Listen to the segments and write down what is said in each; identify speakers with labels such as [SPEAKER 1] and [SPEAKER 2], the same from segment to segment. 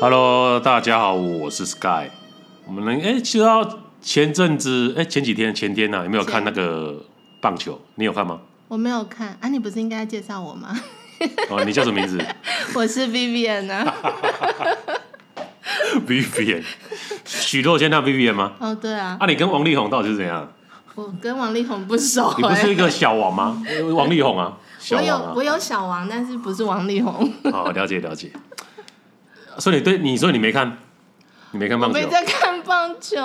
[SPEAKER 1] Hello，大家好，我是 Sky。我们能哎，知道前阵子哎前几天前天呐、有没有看那个棒球？你有看吗？
[SPEAKER 2] 我没有看啊，你不是应该介绍我吗？
[SPEAKER 1] 哦，你叫什么名字
[SPEAKER 2] 我是 Vivian 啊。
[SPEAKER 1] ？Vivian，许若瑄那 Vivian 吗？
[SPEAKER 2] 哦，对啊，
[SPEAKER 1] 啊，你跟王力宏到底是怎样？
[SPEAKER 2] 我跟王力宏不熟、欸。
[SPEAKER 1] 你不是一个小王 吗？王力宏啊，小
[SPEAKER 2] 我
[SPEAKER 1] 王
[SPEAKER 2] 有
[SPEAKER 1] 啊
[SPEAKER 2] 我。有小王，但是不是王力宏。
[SPEAKER 1] 好，了解了解。所以你对你说你没看，你没看
[SPEAKER 2] 我
[SPEAKER 1] 棒球
[SPEAKER 2] 没在看棒球，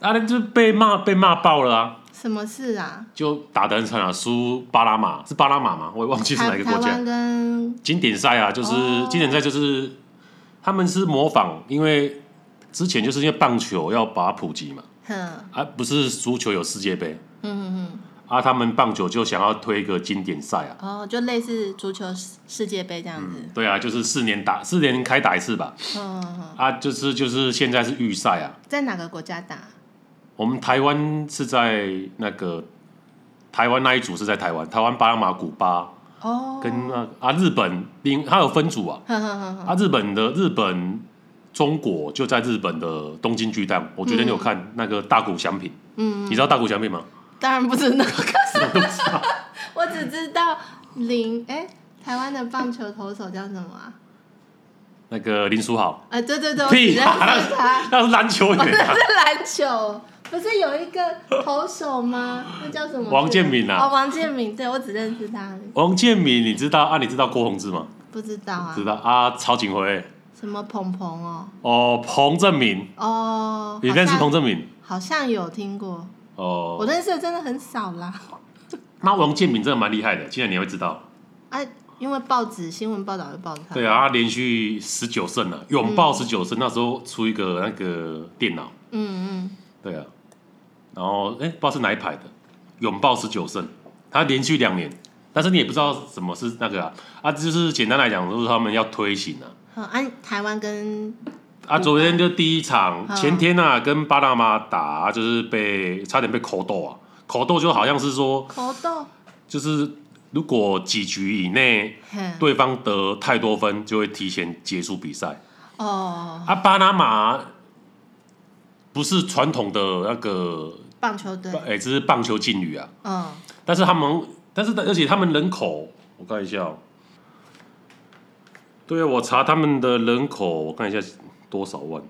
[SPEAKER 1] 啊？那就被骂被骂爆了啊！
[SPEAKER 2] 什么事啊？
[SPEAKER 1] 就打得很惨啊，输巴拿马是巴拿马吗？我也忘记是哪
[SPEAKER 2] 台
[SPEAKER 1] 个
[SPEAKER 2] 台
[SPEAKER 1] 国家
[SPEAKER 2] 湾。跟
[SPEAKER 1] 经典赛啊，就是、
[SPEAKER 2] 哦
[SPEAKER 1] 经典赛就是他们是模仿，因为之前就是因为棒球要把它普及嘛，
[SPEAKER 2] 哼
[SPEAKER 1] 啊，不是足球有世界杯
[SPEAKER 2] 嗯嗯
[SPEAKER 1] 啊，他们棒球就想要推一个经典赛啊
[SPEAKER 2] 嗯，，哦，就类似足球世世界杯这样子。
[SPEAKER 1] 对啊，就是四年打四年开打一次吧，
[SPEAKER 2] 嗯嗯，嗯
[SPEAKER 1] 啊，就是就是现在是预赛啊，
[SPEAKER 2] 在哪个国家打？
[SPEAKER 1] 我们台湾是在那个台湾那一组是在台湾，台湾巴拿马、古巴
[SPEAKER 2] 哦，
[SPEAKER 1] 跟那啊日本另它有分组啊，
[SPEAKER 2] 哼哼哼哼，
[SPEAKER 1] 啊，日本的日本中国就在日本的东京巨蛋，我昨天有看那个大谷翔平，
[SPEAKER 2] 嗯，
[SPEAKER 1] 你知道大谷翔平吗？
[SPEAKER 2] 当然不知道，我只知道林哎、台湾的棒球投手叫什么啊？
[SPEAKER 1] 那个林书豪，
[SPEAKER 2] 啊，对对对，我只认
[SPEAKER 1] 屁啊
[SPEAKER 2] 识
[SPEAKER 1] 啦，那是
[SPEAKER 2] 他，
[SPEAKER 1] 那是篮球员 啊，
[SPEAKER 2] 是篮球，不是有一个投手吗？那叫什么？
[SPEAKER 1] 王建民啊
[SPEAKER 2] 哦，王建民，对我只认识他而已，
[SPEAKER 1] 王建民，你知道啊？你知道郭宏志吗？
[SPEAKER 2] 不知道啊
[SPEAKER 1] 知，道啊？曹景辉，
[SPEAKER 2] 什么鹏鹏哦，
[SPEAKER 1] 哦，彭正明，
[SPEAKER 2] 哦，
[SPEAKER 1] 你
[SPEAKER 2] 好像
[SPEAKER 1] 认识彭正明？
[SPEAKER 2] 好像有听过，我
[SPEAKER 1] 哦，
[SPEAKER 2] 认识的真的很少啦，
[SPEAKER 1] 那王建民真的蛮厉害的，竟然你会知道？
[SPEAKER 2] 啊，因为报纸新闻报道会报他，
[SPEAKER 1] 对啊，他连续十九胜啊，拥抱十九胜，那时候出一个那个电脑，
[SPEAKER 2] 嗯嗯，
[SPEAKER 1] 对啊，然后哎、诶不知道是哪一排的，拥抱十九胜，他连续两年，但是你也不知道什么是那个啊，啊，就是简单来讲，就是他们要推行啊。
[SPEAKER 2] 好，啊，台湾跟
[SPEAKER 1] 啊，昨天就第一场，
[SPEAKER 2] 嗯
[SPEAKER 1] 前天啊，跟巴拿马打、就是被差点被口斗啊，口斗就好像是说，
[SPEAKER 2] 口斗，
[SPEAKER 1] 就是如果几局以内
[SPEAKER 2] 哼，
[SPEAKER 1] 对方得太多分，就会提前结束比赛。
[SPEAKER 2] 哦，
[SPEAKER 1] 啊，巴拿马不是传统的那个，
[SPEAKER 2] 棒球队，
[SPEAKER 1] 哎、这是棒球劲旅啊，
[SPEAKER 2] 嗯，
[SPEAKER 1] 但是他们，但是而且他们人口，我看一下、哦，对啊，我查他们的人口，我看一下多少万，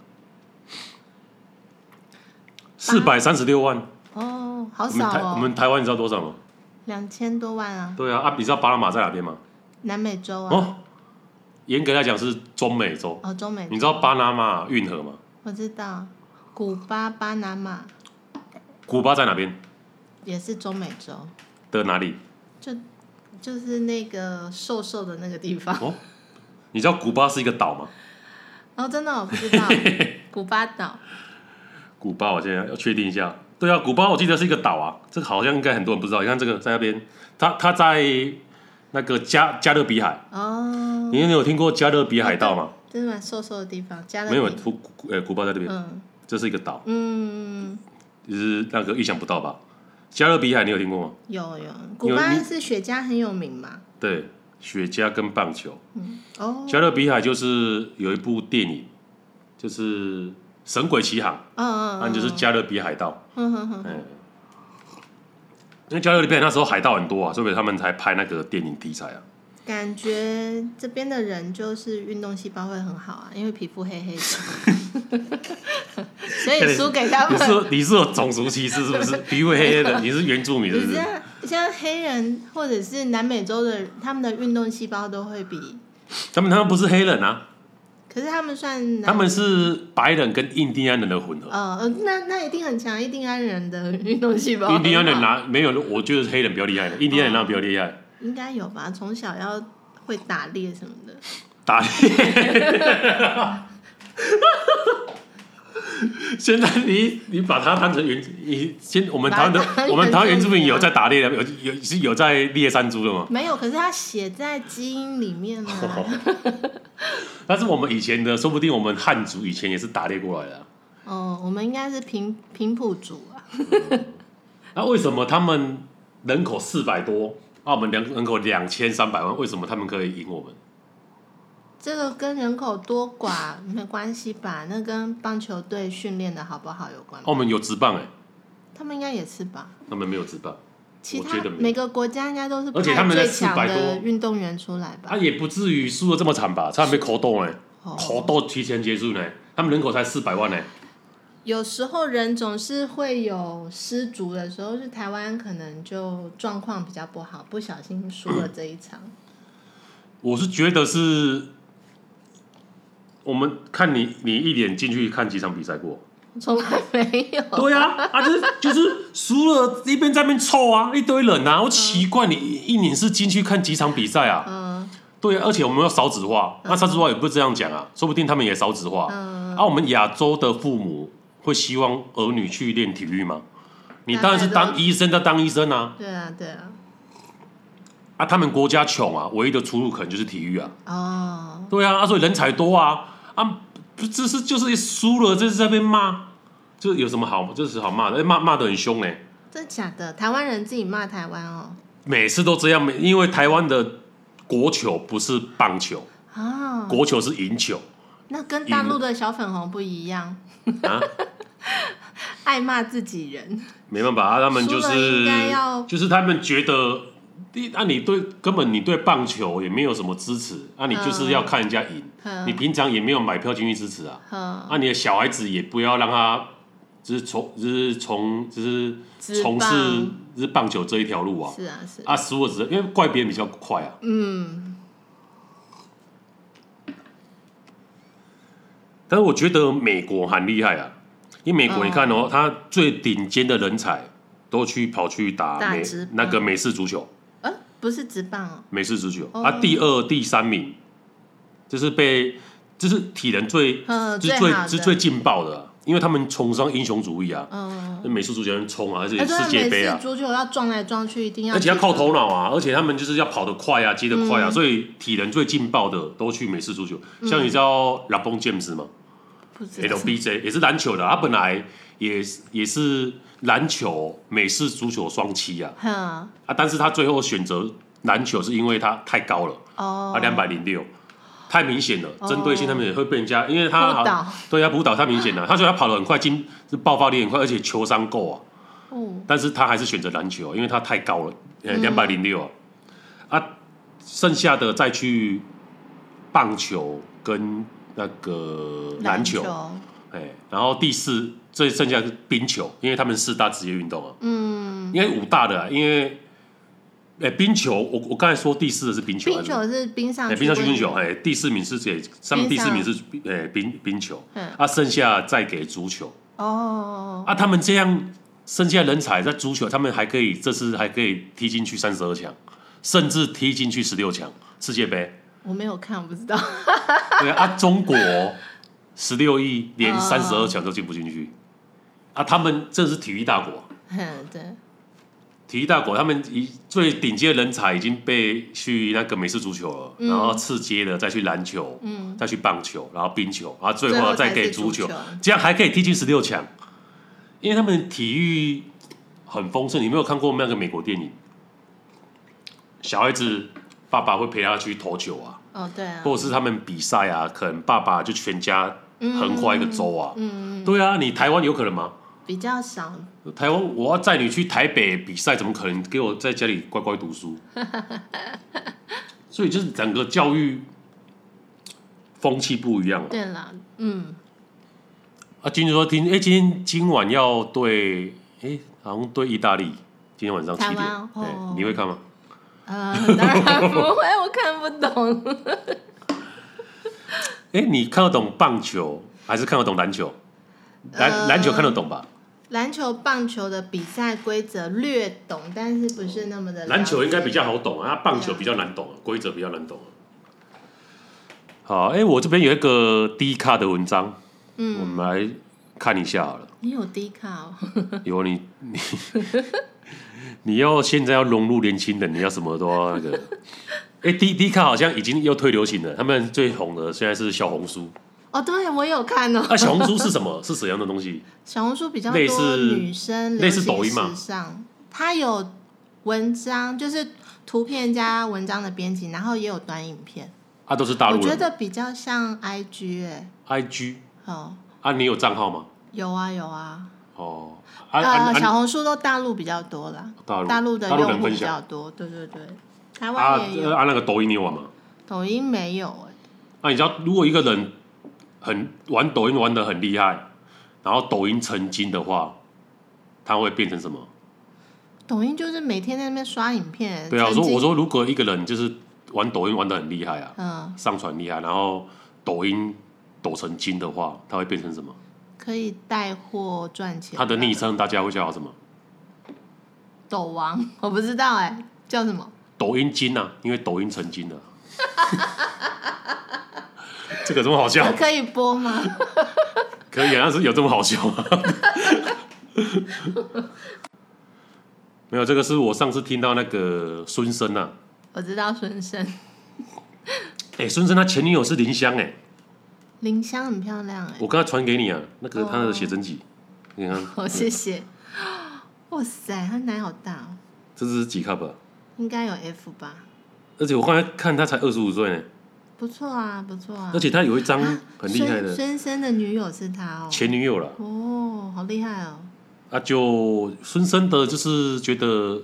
[SPEAKER 1] 四百三十六万。
[SPEAKER 2] 哦，好
[SPEAKER 1] 我们
[SPEAKER 2] 少
[SPEAKER 1] 台我
[SPEAKER 2] 哦，
[SPEAKER 1] 们台湾你知道多少吗？
[SPEAKER 2] 两千多万啊，
[SPEAKER 1] 对啊，啊，你知道巴拿马在哪边吗？
[SPEAKER 2] 南美洲啊，
[SPEAKER 1] 哦，严格来讲是中美洲。
[SPEAKER 2] 哦，中美洲
[SPEAKER 1] 你知道巴拿马运河吗？
[SPEAKER 2] 我知道，古巴、巴拿马
[SPEAKER 1] 古巴在哪边？
[SPEAKER 2] 也是中美洲，
[SPEAKER 1] 的哪里？
[SPEAKER 2] 就就是那个瘦瘦的那个地 方。
[SPEAKER 1] 哦你知道古巴是一个岛吗？
[SPEAKER 2] 哦，真的我不知道，古巴岛。
[SPEAKER 1] 古巴，我现在要确定一下。对啊，古巴我记得是一个岛啊，这个好像应该很多人不知道。你看这个在那边，它它在那个加加勒比海，
[SPEAKER 2] 哦，
[SPEAKER 1] 你有听过加勒比海盗吗？
[SPEAKER 2] 这是蛮瘦瘦的地方，加勒比
[SPEAKER 1] 没有，古古呃古巴在这边，
[SPEAKER 2] 嗯
[SPEAKER 1] 这是一个岛，
[SPEAKER 2] 嗯，
[SPEAKER 1] 就是那个意想不到吧？加勒比海你有听过吗？
[SPEAKER 2] 有有，古巴
[SPEAKER 1] 你
[SPEAKER 2] 是雪茄很有名嘛？
[SPEAKER 1] 对，雪茄跟棒球。
[SPEAKER 2] 哦
[SPEAKER 1] 加勒比海就是有一部电影，就是《神鬼奇航》，
[SPEAKER 2] 嗯嗯，
[SPEAKER 1] 那啊就是加勒比海盗。
[SPEAKER 2] 嗯哼哼，
[SPEAKER 1] 嗯，因为加勒比海那时候海盗很多啊，所以他们才拍那个电影题材啊。
[SPEAKER 2] 感觉这边的人就是运动细胞会很好啊，因为皮肤黑黑的， 所以输给他
[SPEAKER 1] 你
[SPEAKER 2] 们。
[SPEAKER 1] 是你是有种族歧视是不 是？皮肤黑黑的，你是原住民是
[SPEAKER 2] 你啊
[SPEAKER 1] 不
[SPEAKER 2] 知
[SPEAKER 1] 是
[SPEAKER 2] 道？，像黑人或者是南美洲的人，他们的运动细胞都会比，
[SPEAKER 1] 他们他们不是黑人啊，
[SPEAKER 2] 可是他们算南
[SPEAKER 1] 他们是白人跟印第安人的混合。
[SPEAKER 2] 呃，呃那那一定很强，印第安人的运动细胞很好，
[SPEAKER 1] 印第安人拿没有，我觉得黑人比较厉害的，印第安人那比较厉害。
[SPEAKER 2] 应该有吧，从小要会打猎什么的，
[SPEAKER 1] 打猎。现在你你把它当成原，你先我们台湾的
[SPEAKER 2] 把它当
[SPEAKER 1] 我们台湾原住民
[SPEAKER 2] 原住民啊
[SPEAKER 1] 有在打猎的，有有是有在猎山猪的 吗？
[SPEAKER 2] 没有，可是它写在基因里面啊。
[SPEAKER 1] 但是我们以前的，说不定我们汉族以前也是打猎过来的啊、
[SPEAKER 2] 哦、我们应该是平平埔族啊，
[SPEAKER 1] 那啊为什么他们人口四百多，啊，我们人人口两千三百万，为什么他们可以赢我们？
[SPEAKER 2] 这个跟人口多寡没关系吧？那跟棒球队训练的好不好有关吧？
[SPEAKER 1] 澳门有职棒哎、
[SPEAKER 2] 他们应该也是吧？
[SPEAKER 1] 他们没有职棒，
[SPEAKER 2] 其
[SPEAKER 1] 我
[SPEAKER 2] 他
[SPEAKER 1] 觉得没有
[SPEAKER 2] 每个国家应该都是
[SPEAKER 1] 而且他
[SPEAKER 2] 派
[SPEAKER 1] 们在
[SPEAKER 2] 最
[SPEAKER 1] 400
[SPEAKER 2] 强
[SPEAKER 1] 多啊
[SPEAKER 2] 的运动员出来吧
[SPEAKER 1] 他、？也不至于输的这么惨吧？差点被扣斗哎，
[SPEAKER 2] 哦
[SPEAKER 1] 扣斗提前结束呢、他们人口才四百万呢、
[SPEAKER 2] 有时候人总是会有失足的时候，是台湾可能就状况比较不好，不小心输了这一场。
[SPEAKER 1] 我是觉得是，我们看你你一脸进去看几场比赛过，
[SPEAKER 2] 从来没有。
[SPEAKER 1] 对呀、啊，就是就是输了一边在那边臭啊，一堆人啊，我奇怪你一年是进去看几场比赛啊？
[SPEAKER 2] 嗯嗯
[SPEAKER 1] 对啊，而且我们要少子化，那少子化也不是这样讲啊，说不定他们也少子化。
[SPEAKER 2] 嗯，
[SPEAKER 1] 啊，我们亚洲的父母会希望儿女去练体育吗？你当然是当医生的当医生啊，
[SPEAKER 2] 对啊对啊。
[SPEAKER 1] 啊，他们国家穷啊，唯一的出路可能就是体育啊，
[SPEAKER 2] 哦，
[SPEAKER 1] 对啊，啊，所以人才多啊，啊，不，这是就是输了，这是在被骂，这有什么好，这是好骂的，哎骂骂的很凶嘞、
[SPEAKER 2] 真假的？台湾人自己骂台湾哦。
[SPEAKER 1] 每次都这样，每因为台湾的国球不是棒球，
[SPEAKER 2] 啊，
[SPEAKER 1] 国球是赢球
[SPEAKER 2] 那跟大陆的小粉红不一样，
[SPEAKER 1] 啊，
[SPEAKER 2] 爱骂自己人。
[SPEAKER 1] 没办法，啊、他们就
[SPEAKER 2] 输了应
[SPEAKER 1] 是
[SPEAKER 2] 该要
[SPEAKER 1] 就是他们觉得，第啊你对根本你对棒球也没有什么支持，啊你就是要看人家赢，
[SPEAKER 2] 嗯
[SPEAKER 1] 你平常也没有买票进去支持啊，
[SPEAKER 2] 嗯，
[SPEAKER 1] 啊你的小孩子也不要让他就是从就是从就是
[SPEAKER 2] 只
[SPEAKER 1] 从事
[SPEAKER 2] 棒
[SPEAKER 1] 就是棒球这一条路啊，
[SPEAKER 2] 是啊是啊。
[SPEAKER 1] 啊输了只是因为怪别人比较快啊，
[SPEAKER 2] 嗯，
[SPEAKER 1] 但是我觉得美国很厉害啊，因为美国
[SPEAKER 2] 哦
[SPEAKER 1] 你看哦，他最顶尖的人才都去跑去打
[SPEAKER 2] 打
[SPEAKER 1] 美
[SPEAKER 2] 职棒
[SPEAKER 1] 那个美式足球，
[SPEAKER 2] 呃，不是直棒哦。
[SPEAKER 1] 美式足球、
[SPEAKER 2] 哦
[SPEAKER 1] 啊，第二、第三名就是被就是体能最
[SPEAKER 2] 嗯，
[SPEAKER 1] 就是
[SPEAKER 2] 最
[SPEAKER 1] 最
[SPEAKER 2] 好
[SPEAKER 1] 是
[SPEAKER 2] 的。
[SPEAKER 1] 最劲爆的啊、因为他们崇尚英雄主义啊，
[SPEAKER 2] 嗯。
[SPEAKER 1] 那美式足球人冲啊，而且
[SPEAKER 2] 而且
[SPEAKER 1] 世界杯啊
[SPEAKER 2] 哎每次，足球要撞来撞去，一定要嗯
[SPEAKER 1] 而且要靠
[SPEAKER 2] 记得
[SPEAKER 1] 头脑啊，而且他们就是要跑得快啊，接得快啊，所以体能最劲爆的都去美式足球，
[SPEAKER 2] 嗯
[SPEAKER 1] 像你知道 LeBron James 吗？
[SPEAKER 2] 不知道
[SPEAKER 1] LBJ 也是篮球的，他本来也是也是篮球、美式足球双栖啊
[SPEAKER 2] 哼
[SPEAKER 1] 啊，但是他最后选择篮球是因为他太高了，
[SPEAKER 2] 哦
[SPEAKER 1] 他，两百零六，太明显了，
[SPEAKER 2] 哦
[SPEAKER 1] 针对性他们也会被人家，因为他
[SPEAKER 2] 扑倒
[SPEAKER 1] 好对啊，扑倒太明显 了，他觉得他跑得很快，进是爆发力很快，而且球商够啊，
[SPEAKER 2] 哦，
[SPEAKER 1] 但是他还是选择篮球，因为他太高了，
[SPEAKER 2] 嗯
[SPEAKER 1] 呃，两百零六啊，剩下的再去棒球跟那个篮球。哎，然后第四最剩下是冰球，因为他们四大职业运动啊，
[SPEAKER 2] 嗯，
[SPEAKER 1] 因为五大的、啊，因为哎冰球，我我刚才说第四的是冰球，
[SPEAKER 2] 冰球是冰上
[SPEAKER 1] 哎
[SPEAKER 2] 去
[SPEAKER 1] 冰上曲冰球，
[SPEAKER 2] 问
[SPEAKER 1] 哎第四名是给上面第
[SPEAKER 2] 冰
[SPEAKER 1] 四
[SPEAKER 2] 上
[SPEAKER 1] 名是哎冰冰球
[SPEAKER 2] 嗯，
[SPEAKER 1] 啊剩下再给足球
[SPEAKER 2] 哦，
[SPEAKER 1] 啊，他们这样剩下人才在足球，他们还可以这次还可以踢进去三十二强，甚至踢进去十六强世界杯，
[SPEAKER 2] 我没有看，我不知道。
[SPEAKER 1] 对啊，啊中国十六亿连
[SPEAKER 2] 哦
[SPEAKER 1] 三十二强都进不进去，啊，他们这是体育大国，
[SPEAKER 2] 哼，对，
[SPEAKER 1] 体育大国，他们一最顶尖的人才已经被去那个美式足球了，
[SPEAKER 2] 嗯
[SPEAKER 1] 然后次阶的再去篮球，
[SPEAKER 2] 嗯，
[SPEAKER 1] 再去棒球，然后冰球，然后最
[SPEAKER 2] 最
[SPEAKER 1] 后
[SPEAKER 2] 后
[SPEAKER 1] 再
[SPEAKER 2] 才
[SPEAKER 1] 给
[SPEAKER 2] 是
[SPEAKER 1] 足
[SPEAKER 2] 足
[SPEAKER 1] 球
[SPEAKER 2] 球，
[SPEAKER 1] 这样还可以踢进十六强，因为他们体育很丰盛。你没有看过那个美国电影？小孩子爸爸会陪他去投球啊，
[SPEAKER 2] 哦，对啊，
[SPEAKER 1] 或者是他们比赛啊，可能爸爸就全家横跨一个州啊。
[SPEAKER 2] 嗯，
[SPEAKER 1] 对啊，你台湾有可能吗？
[SPEAKER 2] 比较少，
[SPEAKER 1] 台湾我要载你去台北比赛，怎么可能给我在家里乖乖读书？ 所以就是整个教育风气不一样啊。
[SPEAKER 2] 对啦，嗯，
[SPEAKER 1] 啊，今天说听，哎、今天今晚要对，哎、好像对意大利，今天晚上七
[SPEAKER 2] 台
[SPEAKER 1] 点，
[SPEAKER 2] 湾
[SPEAKER 1] 哎
[SPEAKER 2] 哦
[SPEAKER 1] 你会看吗？
[SPEAKER 2] 呃，当然不会，我看不懂。
[SPEAKER 1] 哎、你看得懂棒球还是看得懂篮球？篮
[SPEAKER 2] 呃
[SPEAKER 1] 篮球看得懂吧？
[SPEAKER 2] 篮球、棒球的比赛规则略懂，但是不是那么的了解。
[SPEAKER 1] 篮球应该比较好懂啊，棒球比较难懂啊，规则比较难懂啊。好，哎、我这边有一个低卡的文章，
[SPEAKER 2] 嗯
[SPEAKER 1] 我们来看一下好了。
[SPEAKER 2] 你有低卡哦，
[SPEAKER 1] 有你你 你要现在要融入年轻人，你要什么都要那 个。哎、低低卡好像已经又退流行了，他们最红的现在是小红书。
[SPEAKER 2] 哦，对我有看哦。
[SPEAKER 1] 啊，小红书是什 么？是怎样的东西？
[SPEAKER 2] 小红书比较
[SPEAKER 1] 类似
[SPEAKER 2] 多女生
[SPEAKER 1] 类似抖音嘛
[SPEAKER 2] 嘛，时尚，它有文章，就是图片加文章的编辑，然后也有短影片。
[SPEAKER 1] 啊，都是大
[SPEAKER 2] 我
[SPEAKER 1] 陆
[SPEAKER 2] 觉
[SPEAKER 1] 人。
[SPEAKER 2] 得比较像 IG 哎、
[SPEAKER 1] IG
[SPEAKER 2] 哦，
[SPEAKER 1] 啊，你有账号吗？
[SPEAKER 2] 有啊有啊，
[SPEAKER 1] 哦，啊啊
[SPEAKER 2] 啊，
[SPEAKER 1] 啊！
[SPEAKER 2] 小红书都大陆比较多啦，
[SPEAKER 1] 大陆
[SPEAKER 2] 大陆的
[SPEAKER 1] 大陆
[SPEAKER 2] 用
[SPEAKER 1] 人
[SPEAKER 2] 户
[SPEAKER 1] 分
[SPEAKER 2] 比
[SPEAKER 1] 享
[SPEAKER 2] 较多，对对对，台
[SPEAKER 1] 啊
[SPEAKER 2] 湾也有，
[SPEAKER 1] 呃啊，那个抖音你有玩吗？
[SPEAKER 2] 抖音没有哎、
[SPEAKER 1] 啊，你知道，如果一个人很玩抖音玩的很厉害，然后抖音成精的话，他会变成什么？
[SPEAKER 2] 抖音就是每天在那边刷影片，
[SPEAKER 1] 对啊，我
[SPEAKER 2] 曾
[SPEAKER 1] 说
[SPEAKER 2] 经
[SPEAKER 1] 我，说，如果一个人就是玩抖音玩的很厉害啊，
[SPEAKER 2] 嗯，
[SPEAKER 1] 上传厉害，然后抖音抖成精的话，他会变成什么？
[SPEAKER 2] 可以带货赚钱，
[SPEAKER 1] 他的昵称大家会叫他什么？
[SPEAKER 2] 抖王，我不知道哎、叫什么？
[SPEAKER 1] 抖音精啊， 因为抖音成精了、这个这么好笑
[SPEAKER 2] 这？可以播吗？
[SPEAKER 1] 可以啊，但是有这么好笑吗？没有，这个是我上次听到那个孙生啊，
[SPEAKER 2] 我知道孙生，
[SPEAKER 1] 哎、孙生他前女友是林湘哎、
[SPEAKER 2] 林香很漂亮哎、
[SPEAKER 1] 我刚才传给你啊，那个他的写真
[SPEAKER 2] 哦
[SPEAKER 1] 集，你看
[SPEAKER 2] 好、谢谢，哇塞，他奶好大哦，
[SPEAKER 1] 这是几 cup 啊？
[SPEAKER 2] 应该有 F 吧？
[SPEAKER 1] 而且我刚才看他才二十五岁呢，
[SPEAKER 2] 不错啊，不错啊，
[SPEAKER 1] 而且他有一张
[SPEAKER 2] 啊
[SPEAKER 1] 很厉害
[SPEAKER 2] 孙
[SPEAKER 1] 的
[SPEAKER 2] 孙生的女友是他哦，
[SPEAKER 1] 前女友了，
[SPEAKER 2] 哦，好厉害哦，
[SPEAKER 1] 啊，就孙生的就是觉得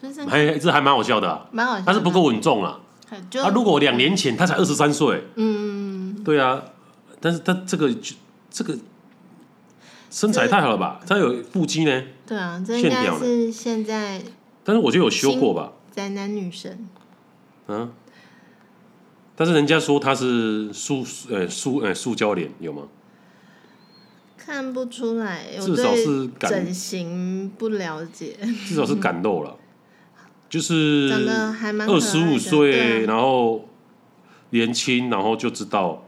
[SPEAKER 2] 孙生
[SPEAKER 1] 还这还蛮好笑的、啊，
[SPEAKER 2] 蛮好笑的，
[SPEAKER 1] 但是不够稳重啊。
[SPEAKER 2] 很，就
[SPEAKER 1] 啊，如果两年前他才二十三岁，
[SPEAKER 2] 嗯，
[SPEAKER 1] 对啊，但是他这个就这个身材太好了吧？他有腹肌呢，
[SPEAKER 2] 对啊，这应
[SPEAKER 1] 线
[SPEAKER 2] 该
[SPEAKER 1] 条呢
[SPEAKER 2] 是现在
[SPEAKER 1] 但是我觉得有修过吧，
[SPEAKER 2] 宅男女神，
[SPEAKER 1] 嗯。但是人家说他是塑呃塑呃塑胶脸有吗？
[SPEAKER 2] 看不出来，我
[SPEAKER 1] 至少是
[SPEAKER 2] 对
[SPEAKER 1] 感
[SPEAKER 2] 整形不了解，
[SPEAKER 1] 至少是赶肉 了，就
[SPEAKER 2] 长
[SPEAKER 1] 是
[SPEAKER 2] 得还蛮可爱
[SPEAKER 1] 二
[SPEAKER 2] 的
[SPEAKER 1] 十五岁，
[SPEAKER 2] 对啊
[SPEAKER 1] 然后年轻，然后就知道。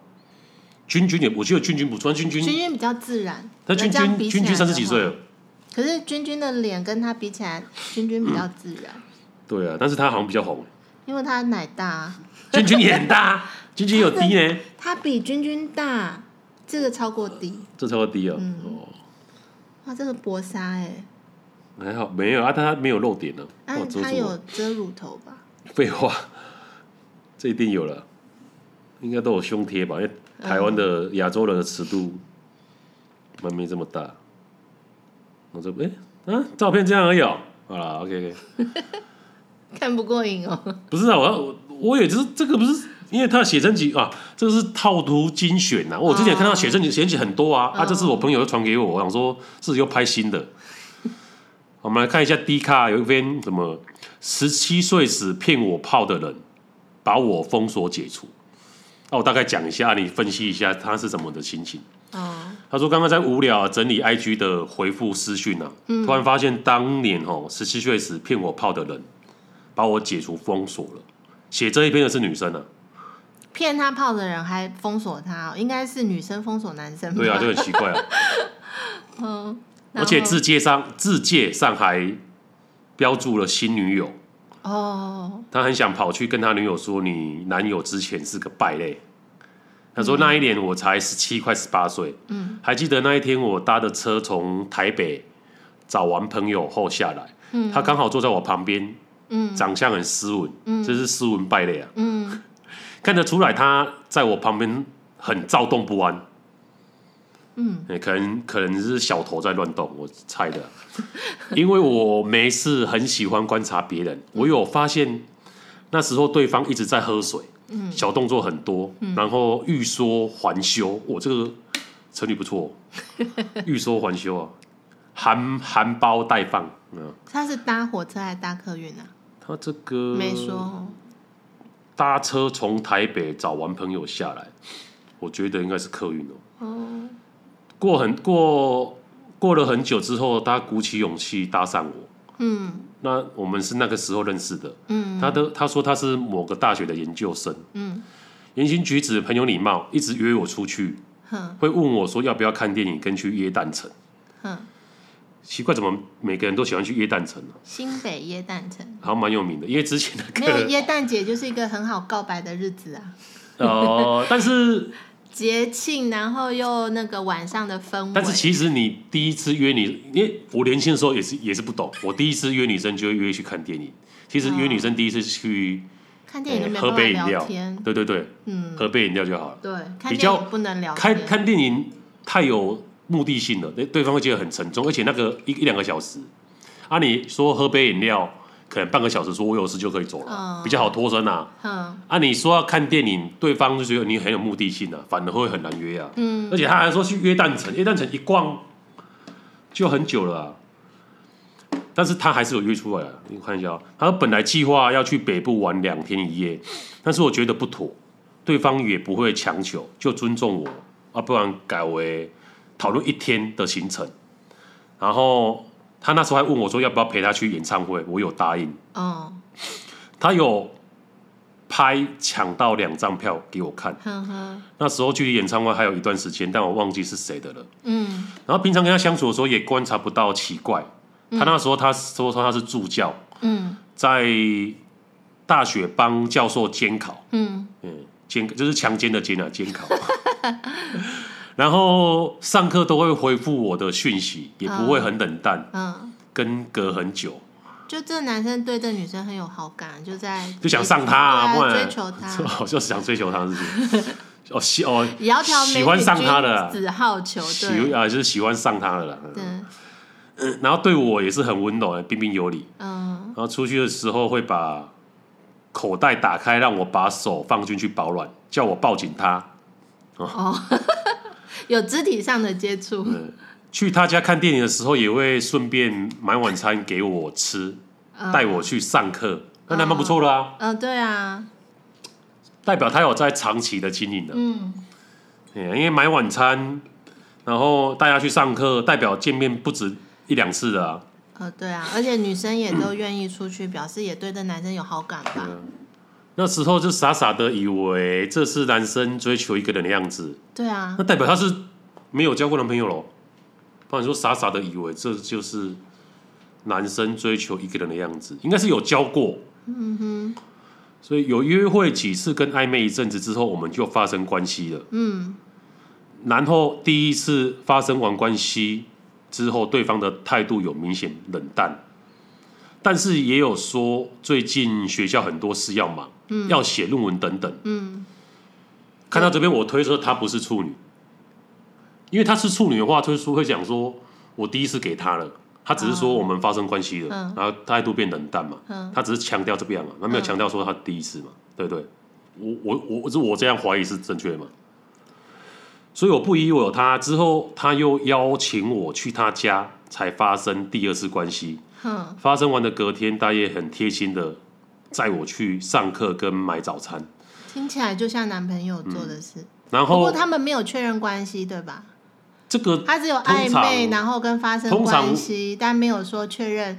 [SPEAKER 1] 君君也，我记得君君不错，但君
[SPEAKER 2] 君
[SPEAKER 1] 君，
[SPEAKER 2] 君比较自然，
[SPEAKER 1] 但君
[SPEAKER 2] 那这样
[SPEAKER 1] 君
[SPEAKER 2] 比起
[SPEAKER 1] 君
[SPEAKER 2] 来
[SPEAKER 1] 君
[SPEAKER 2] 的
[SPEAKER 1] 三十几岁哦
[SPEAKER 2] 话
[SPEAKER 1] 了，
[SPEAKER 2] 可是君君的脸跟他比起来，君君比较自然，
[SPEAKER 1] 对啊，但是他好像比较红，
[SPEAKER 2] 因为他奶大，
[SPEAKER 1] 君君也很 大，啊君君有低呢，
[SPEAKER 2] 他比君君大，这个超过低，
[SPEAKER 1] 这超低啊，
[SPEAKER 2] 嗯
[SPEAKER 1] 哦，
[SPEAKER 2] 哇，这个薄纱哎、
[SPEAKER 1] 还好没有啊，但他没有露点呢、啊，
[SPEAKER 2] 欸，啊
[SPEAKER 1] 哦，，遮
[SPEAKER 2] 他
[SPEAKER 1] 住
[SPEAKER 2] 有
[SPEAKER 1] 了。
[SPEAKER 2] 遮乳头吧？
[SPEAKER 1] 废话，这一定有了，应该都有胸贴吧？因为台湾的
[SPEAKER 2] 嗯
[SPEAKER 1] 亚洲人的尺度，蛮没这么大。我这哎、啊，照片这样而已、哦。好了，OK OK，
[SPEAKER 2] 看不过瘾哦，
[SPEAKER 1] 不是啊，我要我我也就是这个不是。因为他的写真集啊，这个是套图精选呐、啊。我之前看到写真集，写真集很多啊。啊，这是我朋友又传给我，我想说是又拍新 的。我们来看一下 D 卡有一篇什么十七岁时骗我泡的人，把我封锁解除。啊那、我大概讲一下，你分析一下他是怎么的心情。
[SPEAKER 2] 哦，
[SPEAKER 1] 他说刚刚在无聊、啊、整理 IG 的回复私讯啊，突然发现当年哦十七岁时骗我泡的人，把我解除封锁了。写这一篇的是女生啊，
[SPEAKER 2] 骗他泡的人还封锁他、哦，应该是女生封锁男生吧？
[SPEAKER 1] 对啊，就很奇怪啊。
[SPEAKER 2] 嗯，然
[SPEAKER 1] 而且
[SPEAKER 2] 后
[SPEAKER 1] 字界上字界上还标注了新女友，
[SPEAKER 2] 哦，
[SPEAKER 1] 他很想跑去跟他女友说：“你男友之前是个败类。”他说：“那一年我才十七，快十八岁。嗯，还记得那一天我搭的车从台北找完朋友后下来，嗯，他刚好坐在我旁边，嗯，长相很斯文，嗯，这是斯文败类啊，
[SPEAKER 2] 嗯，
[SPEAKER 1] 看得出来他在我旁边很躁动不安。”
[SPEAKER 2] 嗯
[SPEAKER 1] 欸，可能可能是小头在乱动，我猜的。 因为我没事很喜欢观察别人，
[SPEAKER 2] 嗯
[SPEAKER 1] 我有发现那时候对方一直在喝水，
[SPEAKER 2] 嗯
[SPEAKER 1] 小动作很多，然后欲说还休，我这个成语不 错哦，欲说还休啊，含含苞待放嗯，
[SPEAKER 2] 他是搭火车还是搭客运啊？
[SPEAKER 1] 他这个
[SPEAKER 2] 没说哦，
[SPEAKER 1] 搭车从台北找完朋友下来，我觉得应该是客运哦。
[SPEAKER 2] 哦，
[SPEAKER 1] 过很过过了很久之后，他鼓起勇气搭讪我。
[SPEAKER 2] 嗯
[SPEAKER 1] 那我们是那个时候认识的。
[SPEAKER 2] 嗯
[SPEAKER 1] 他的他说他是某个大学的研究生，
[SPEAKER 2] 嗯，
[SPEAKER 1] 言行举止很有礼貌，一直约我出去，
[SPEAKER 2] 哼
[SPEAKER 1] 会问我说要不要看电影跟去耶诞城。
[SPEAKER 2] 哼，
[SPEAKER 1] 奇怪，怎么每个人都喜欢去耶诞城呢、
[SPEAKER 2] 新北耶诞 城。
[SPEAKER 1] 好像蛮有名的，因为之前那
[SPEAKER 2] 没有
[SPEAKER 1] 个
[SPEAKER 2] 耶诞节就是一个很好告白的日子啊，
[SPEAKER 1] 呃，但是
[SPEAKER 2] 节庆，然后又那个晚上的氛围。
[SPEAKER 1] 但是其实你第一次约你，因为我年轻的时候也是也是不懂，我第一次约女生就会约去看电影。其实约女生第一次去
[SPEAKER 2] 看电影就没
[SPEAKER 1] 喝
[SPEAKER 2] 办法
[SPEAKER 1] 杯饮
[SPEAKER 2] 聊
[SPEAKER 1] 料
[SPEAKER 2] 天，，
[SPEAKER 1] 对对对，
[SPEAKER 2] 嗯，
[SPEAKER 1] 喝杯饮料就好了。
[SPEAKER 2] 对，看
[SPEAKER 1] 比
[SPEAKER 2] 电
[SPEAKER 1] 较
[SPEAKER 2] 影不能聊
[SPEAKER 1] 看
[SPEAKER 2] 天，
[SPEAKER 1] 看电影太有目的性了，对对方会觉得很沉重，而且那个一一两个小时，啊，你说喝杯饮料，可能半个小时说我有事就可以走了，
[SPEAKER 2] 嗯
[SPEAKER 1] 比较好脱身啊。
[SPEAKER 2] 嗯
[SPEAKER 1] 啊，你说要看电影，对方就觉得你很有目的性啊，反而会很难约啊。
[SPEAKER 2] 嗯，
[SPEAKER 1] 而且他还说去约旦城，约旦城一逛就很久了、啊，但是他还是有约出来了。你看一下、哦，他本来计划要去北部玩两天一夜，但是我觉得不妥，对方也不会强求，就尊重我啊，不然改为讨论一天的行程。然后他那时候还问我说要不要陪他去演唱会，我有答应。
[SPEAKER 2] 哦，
[SPEAKER 1] 他有拍抢到两张票给我看，
[SPEAKER 2] 哼哼，
[SPEAKER 1] 那时候距离演唱会还有一段时间，但我忘记是谁的了。
[SPEAKER 2] 嗯
[SPEAKER 1] 然后平常跟他相处的时候也观察不到奇怪，他那时候他说说他是助教，
[SPEAKER 2] 嗯
[SPEAKER 1] 在大学帮教授监考，
[SPEAKER 2] 嗯
[SPEAKER 1] 嗯，监就是强奸的监啊，监 考。然后上课都会回复我的讯息，也不会很冷淡，
[SPEAKER 2] 嗯，
[SPEAKER 1] 跟隔很久。
[SPEAKER 2] 就这男生对这女生很有好感，就在
[SPEAKER 1] 就想上他、啊，
[SPEAKER 2] 对
[SPEAKER 1] 不
[SPEAKER 2] 啊
[SPEAKER 1] 然
[SPEAKER 2] 追 求他，
[SPEAKER 1] 哦，就是想追求他，是不 是？哦，喜哦，
[SPEAKER 2] 也要挑
[SPEAKER 1] 喜欢上他的啊
[SPEAKER 2] 子好球，
[SPEAKER 1] 喜
[SPEAKER 2] 对
[SPEAKER 1] 啊，就是喜欢上他了啦。嗯
[SPEAKER 2] 对，
[SPEAKER 1] 然后对我也是很温柔，彬彬有礼。
[SPEAKER 2] 嗯
[SPEAKER 1] 然后出去的时候会把口袋打开，让我把手放进去保暖，叫我抱紧他。
[SPEAKER 2] 哦，有肢体上的接触，
[SPEAKER 1] 去他家看电影的时候，也会顺便买晚餐给我吃，
[SPEAKER 2] 嗯
[SPEAKER 1] 带我去上课，那还蛮不错的啊，
[SPEAKER 2] 嗯，对啊，
[SPEAKER 1] 代表他有在长期的经营的、
[SPEAKER 2] 嗯
[SPEAKER 1] 哎因为买晚餐，然后带他去上课，代表见面不止一两次的啊。
[SPEAKER 2] 呃，对啊，而且女生也都愿意出去，表示也对这男生有好感吧？
[SPEAKER 1] 那时候就傻傻的以为这是男生追求一个人的样子，
[SPEAKER 2] 对啊
[SPEAKER 1] 那，代表他是没有交过男朋友咯，不然说傻傻的以为这就是男生追求一个人的样子，应该是有交过。
[SPEAKER 2] 嗯哼，
[SPEAKER 1] 所以有约会几次跟暧昧一阵子之后，我们就发生关系了。
[SPEAKER 2] 嗯
[SPEAKER 1] 然后第一次发生完关系之后，对方的态度有明显冷淡，但是也有说最近学校很多事要忙，要写论文等等。
[SPEAKER 2] 嗯，
[SPEAKER 1] 看到这边，我推测她不是处女，因为她是处女的话，推叔会讲说，我第一次给她了，她只是说我们发生关系了，
[SPEAKER 2] 嗯
[SPEAKER 1] 然后态度变冷淡嘛，
[SPEAKER 2] 嗯
[SPEAKER 1] 她只是强调这样嘛，她没有
[SPEAKER 2] 嗯
[SPEAKER 1] 强调说她第一次嘛，对不对？我我我是我这样怀疑是正确的嘛？所以我不疑有她之后，她又邀请我去她家，才发生第二次关系。
[SPEAKER 2] 哼，
[SPEAKER 1] 发生完的隔天，她也很贴心的载我去上课跟买早餐，
[SPEAKER 2] 听起来就像男朋友做的事，
[SPEAKER 1] 然
[SPEAKER 2] 不过
[SPEAKER 1] 后
[SPEAKER 2] 他们没有确认关系，对吧？
[SPEAKER 1] 这个
[SPEAKER 2] 他只有暧昧，然后跟发生
[SPEAKER 1] 通常
[SPEAKER 2] 关系，但没有说确认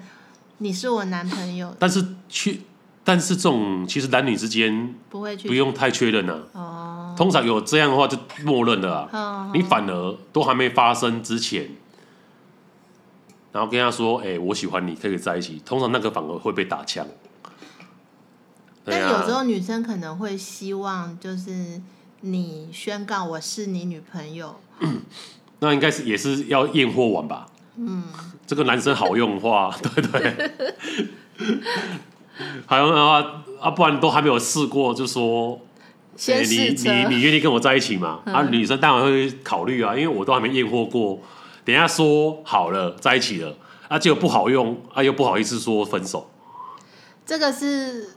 [SPEAKER 2] 你是我男朋友，
[SPEAKER 1] 但是去，但是这种其实男女之间
[SPEAKER 2] 不会
[SPEAKER 1] 不
[SPEAKER 2] 去
[SPEAKER 1] 用太确认了、
[SPEAKER 2] 哦，
[SPEAKER 1] 通常有这样的话就默认了、啊。
[SPEAKER 2] 嗯
[SPEAKER 1] 你反而都还没发生之前，然后跟他说：“哎、我喜欢你，可以在一起。”通常那个反而会被打枪。
[SPEAKER 2] 但
[SPEAKER 1] 对啊
[SPEAKER 2] 有时候女生可能会希望，就是你宣告我是你女朋友，
[SPEAKER 1] 那应该是也是要验货完吧？嗯，这个男生好用的话， 对不对？好用的话啊，不然都还没有试过，就说欸
[SPEAKER 2] 先
[SPEAKER 1] 你
[SPEAKER 2] 试车，嗯
[SPEAKER 1] 你你愿意跟我在一起吗？啊，女生当然会考虑啊，因为我都还没验货过。等一下说好了在一起了，啊，结果不好用，啊，又不好意思说分手，
[SPEAKER 2] 这个是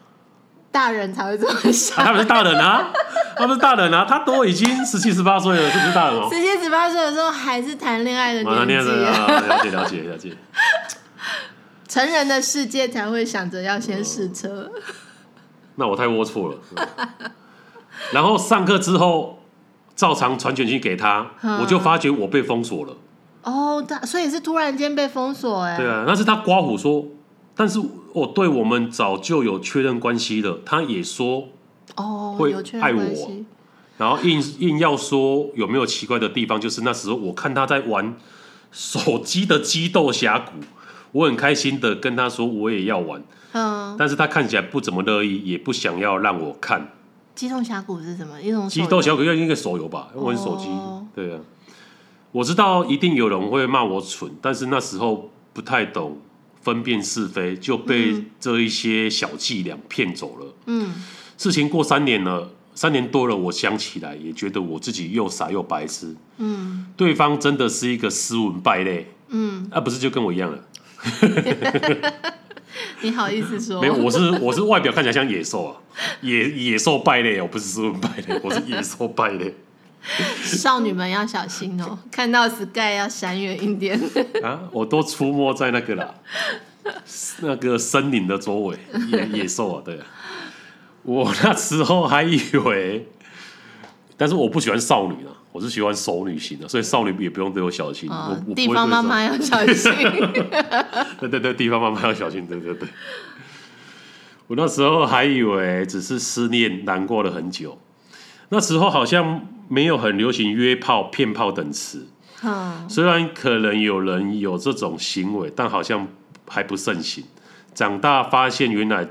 [SPEAKER 2] 大人才会这么
[SPEAKER 1] 啊，
[SPEAKER 2] 想。
[SPEAKER 1] 他们是大人啊，他们是大人啊，他都已经十七十八岁了，是不是大人哦？
[SPEAKER 2] 十七、十八岁的时候还是谈恋爱的
[SPEAKER 1] 马上
[SPEAKER 2] 年
[SPEAKER 1] 念
[SPEAKER 2] 纪
[SPEAKER 1] 了，
[SPEAKER 2] 啊，
[SPEAKER 1] 啊了解了解了解。
[SPEAKER 2] 成人的世界才会想着要先试车。
[SPEAKER 1] 那我太龌龊了。然后上课之后，照常传简讯给他，
[SPEAKER 2] 嗯
[SPEAKER 1] 我就发觉我被封锁了。
[SPEAKER 2] 哦，他所以是突然间被封锁哎、
[SPEAKER 1] 对啊，但是他刮胡说，但是我对我们早就有确认关系了，他也说，
[SPEAKER 2] 哦，
[SPEAKER 1] 会
[SPEAKER 2] 有确
[SPEAKER 1] 爱
[SPEAKER 2] 认
[SPEAKER 1] 我
[SPEAKER 2] 关系，
[SPEAKER 1] 然后硬硬要说有没有奇怪的地方，就是那时候我看他在玩手机的激斗峡谷，我很开心的跟他说我也要玩，
[SPEAKER 2] 嗯，
[SPEAKER 1] 但是他看起来不怎么乐意，也不想要让我看
[SPEAKER 2] 激动峡谷是什么一种手
[SPEAKER 1] 激
[SPEAKER 2] 游
[SPEAKER 1] 斗峡谷，要应该手游吧，玩手机
[SPEAKER 2] 哦，
[SPEAKER 1] 对啊，我知道一定有人会骂我蠢，但是那时候不太懂。分辨是非，就被这一些小伎俩骗走了。
[SPEAKER 2] 嗯
[SPEAKER 1] 事情过三年了，三年多了，我想起来也觉得我自己又傻又白痴。
[SPEAKER 2] 嗯
[SPEAKER 1] 对方真的是一个斯文败类，
[SPEAKER 2] 嗯，
[SPEAKER 1] 啊，不是就跟我一样了？
[SPEAKER 2] 你好意思说？
[SPEAKER 1] 没有，我是我是外表看起来像野兽啊，野野兽败类哦，我不是斯文败类，我是野兽败类
[SPEAKER 2] 少女们要小心哦，看到 Sky 要闪远一点。
[SPEAKER 1] 啊，我都出没在那个 啦，那个森林的周围，野 野兽啊，对啊，我那时候还以为，但是我不喜欢少女啊，我是喜欢熟女型的，所以少女也不用对我小心，我
[SPEAKER 2] 哦
[SPEAKER 1] 我不会
[SPEAKER 2] 地方
[SPEAKER 1] 对
[SPEAKER 2] 妈
[SPEAKER 1] 少
[SPEAKER 2] 妈要小心。
[SPEAKER 1] 对对对，地方妈妈要小心，对对对。我那时候还以为只是失恋，难过了很久。那时候好像没有很流行约炮、骗炮等词，
[SPEAKER 2] 嗯
[SPEAKER 1] 虽然可能有人有这种行为，但好像还不盛行。长大发现原来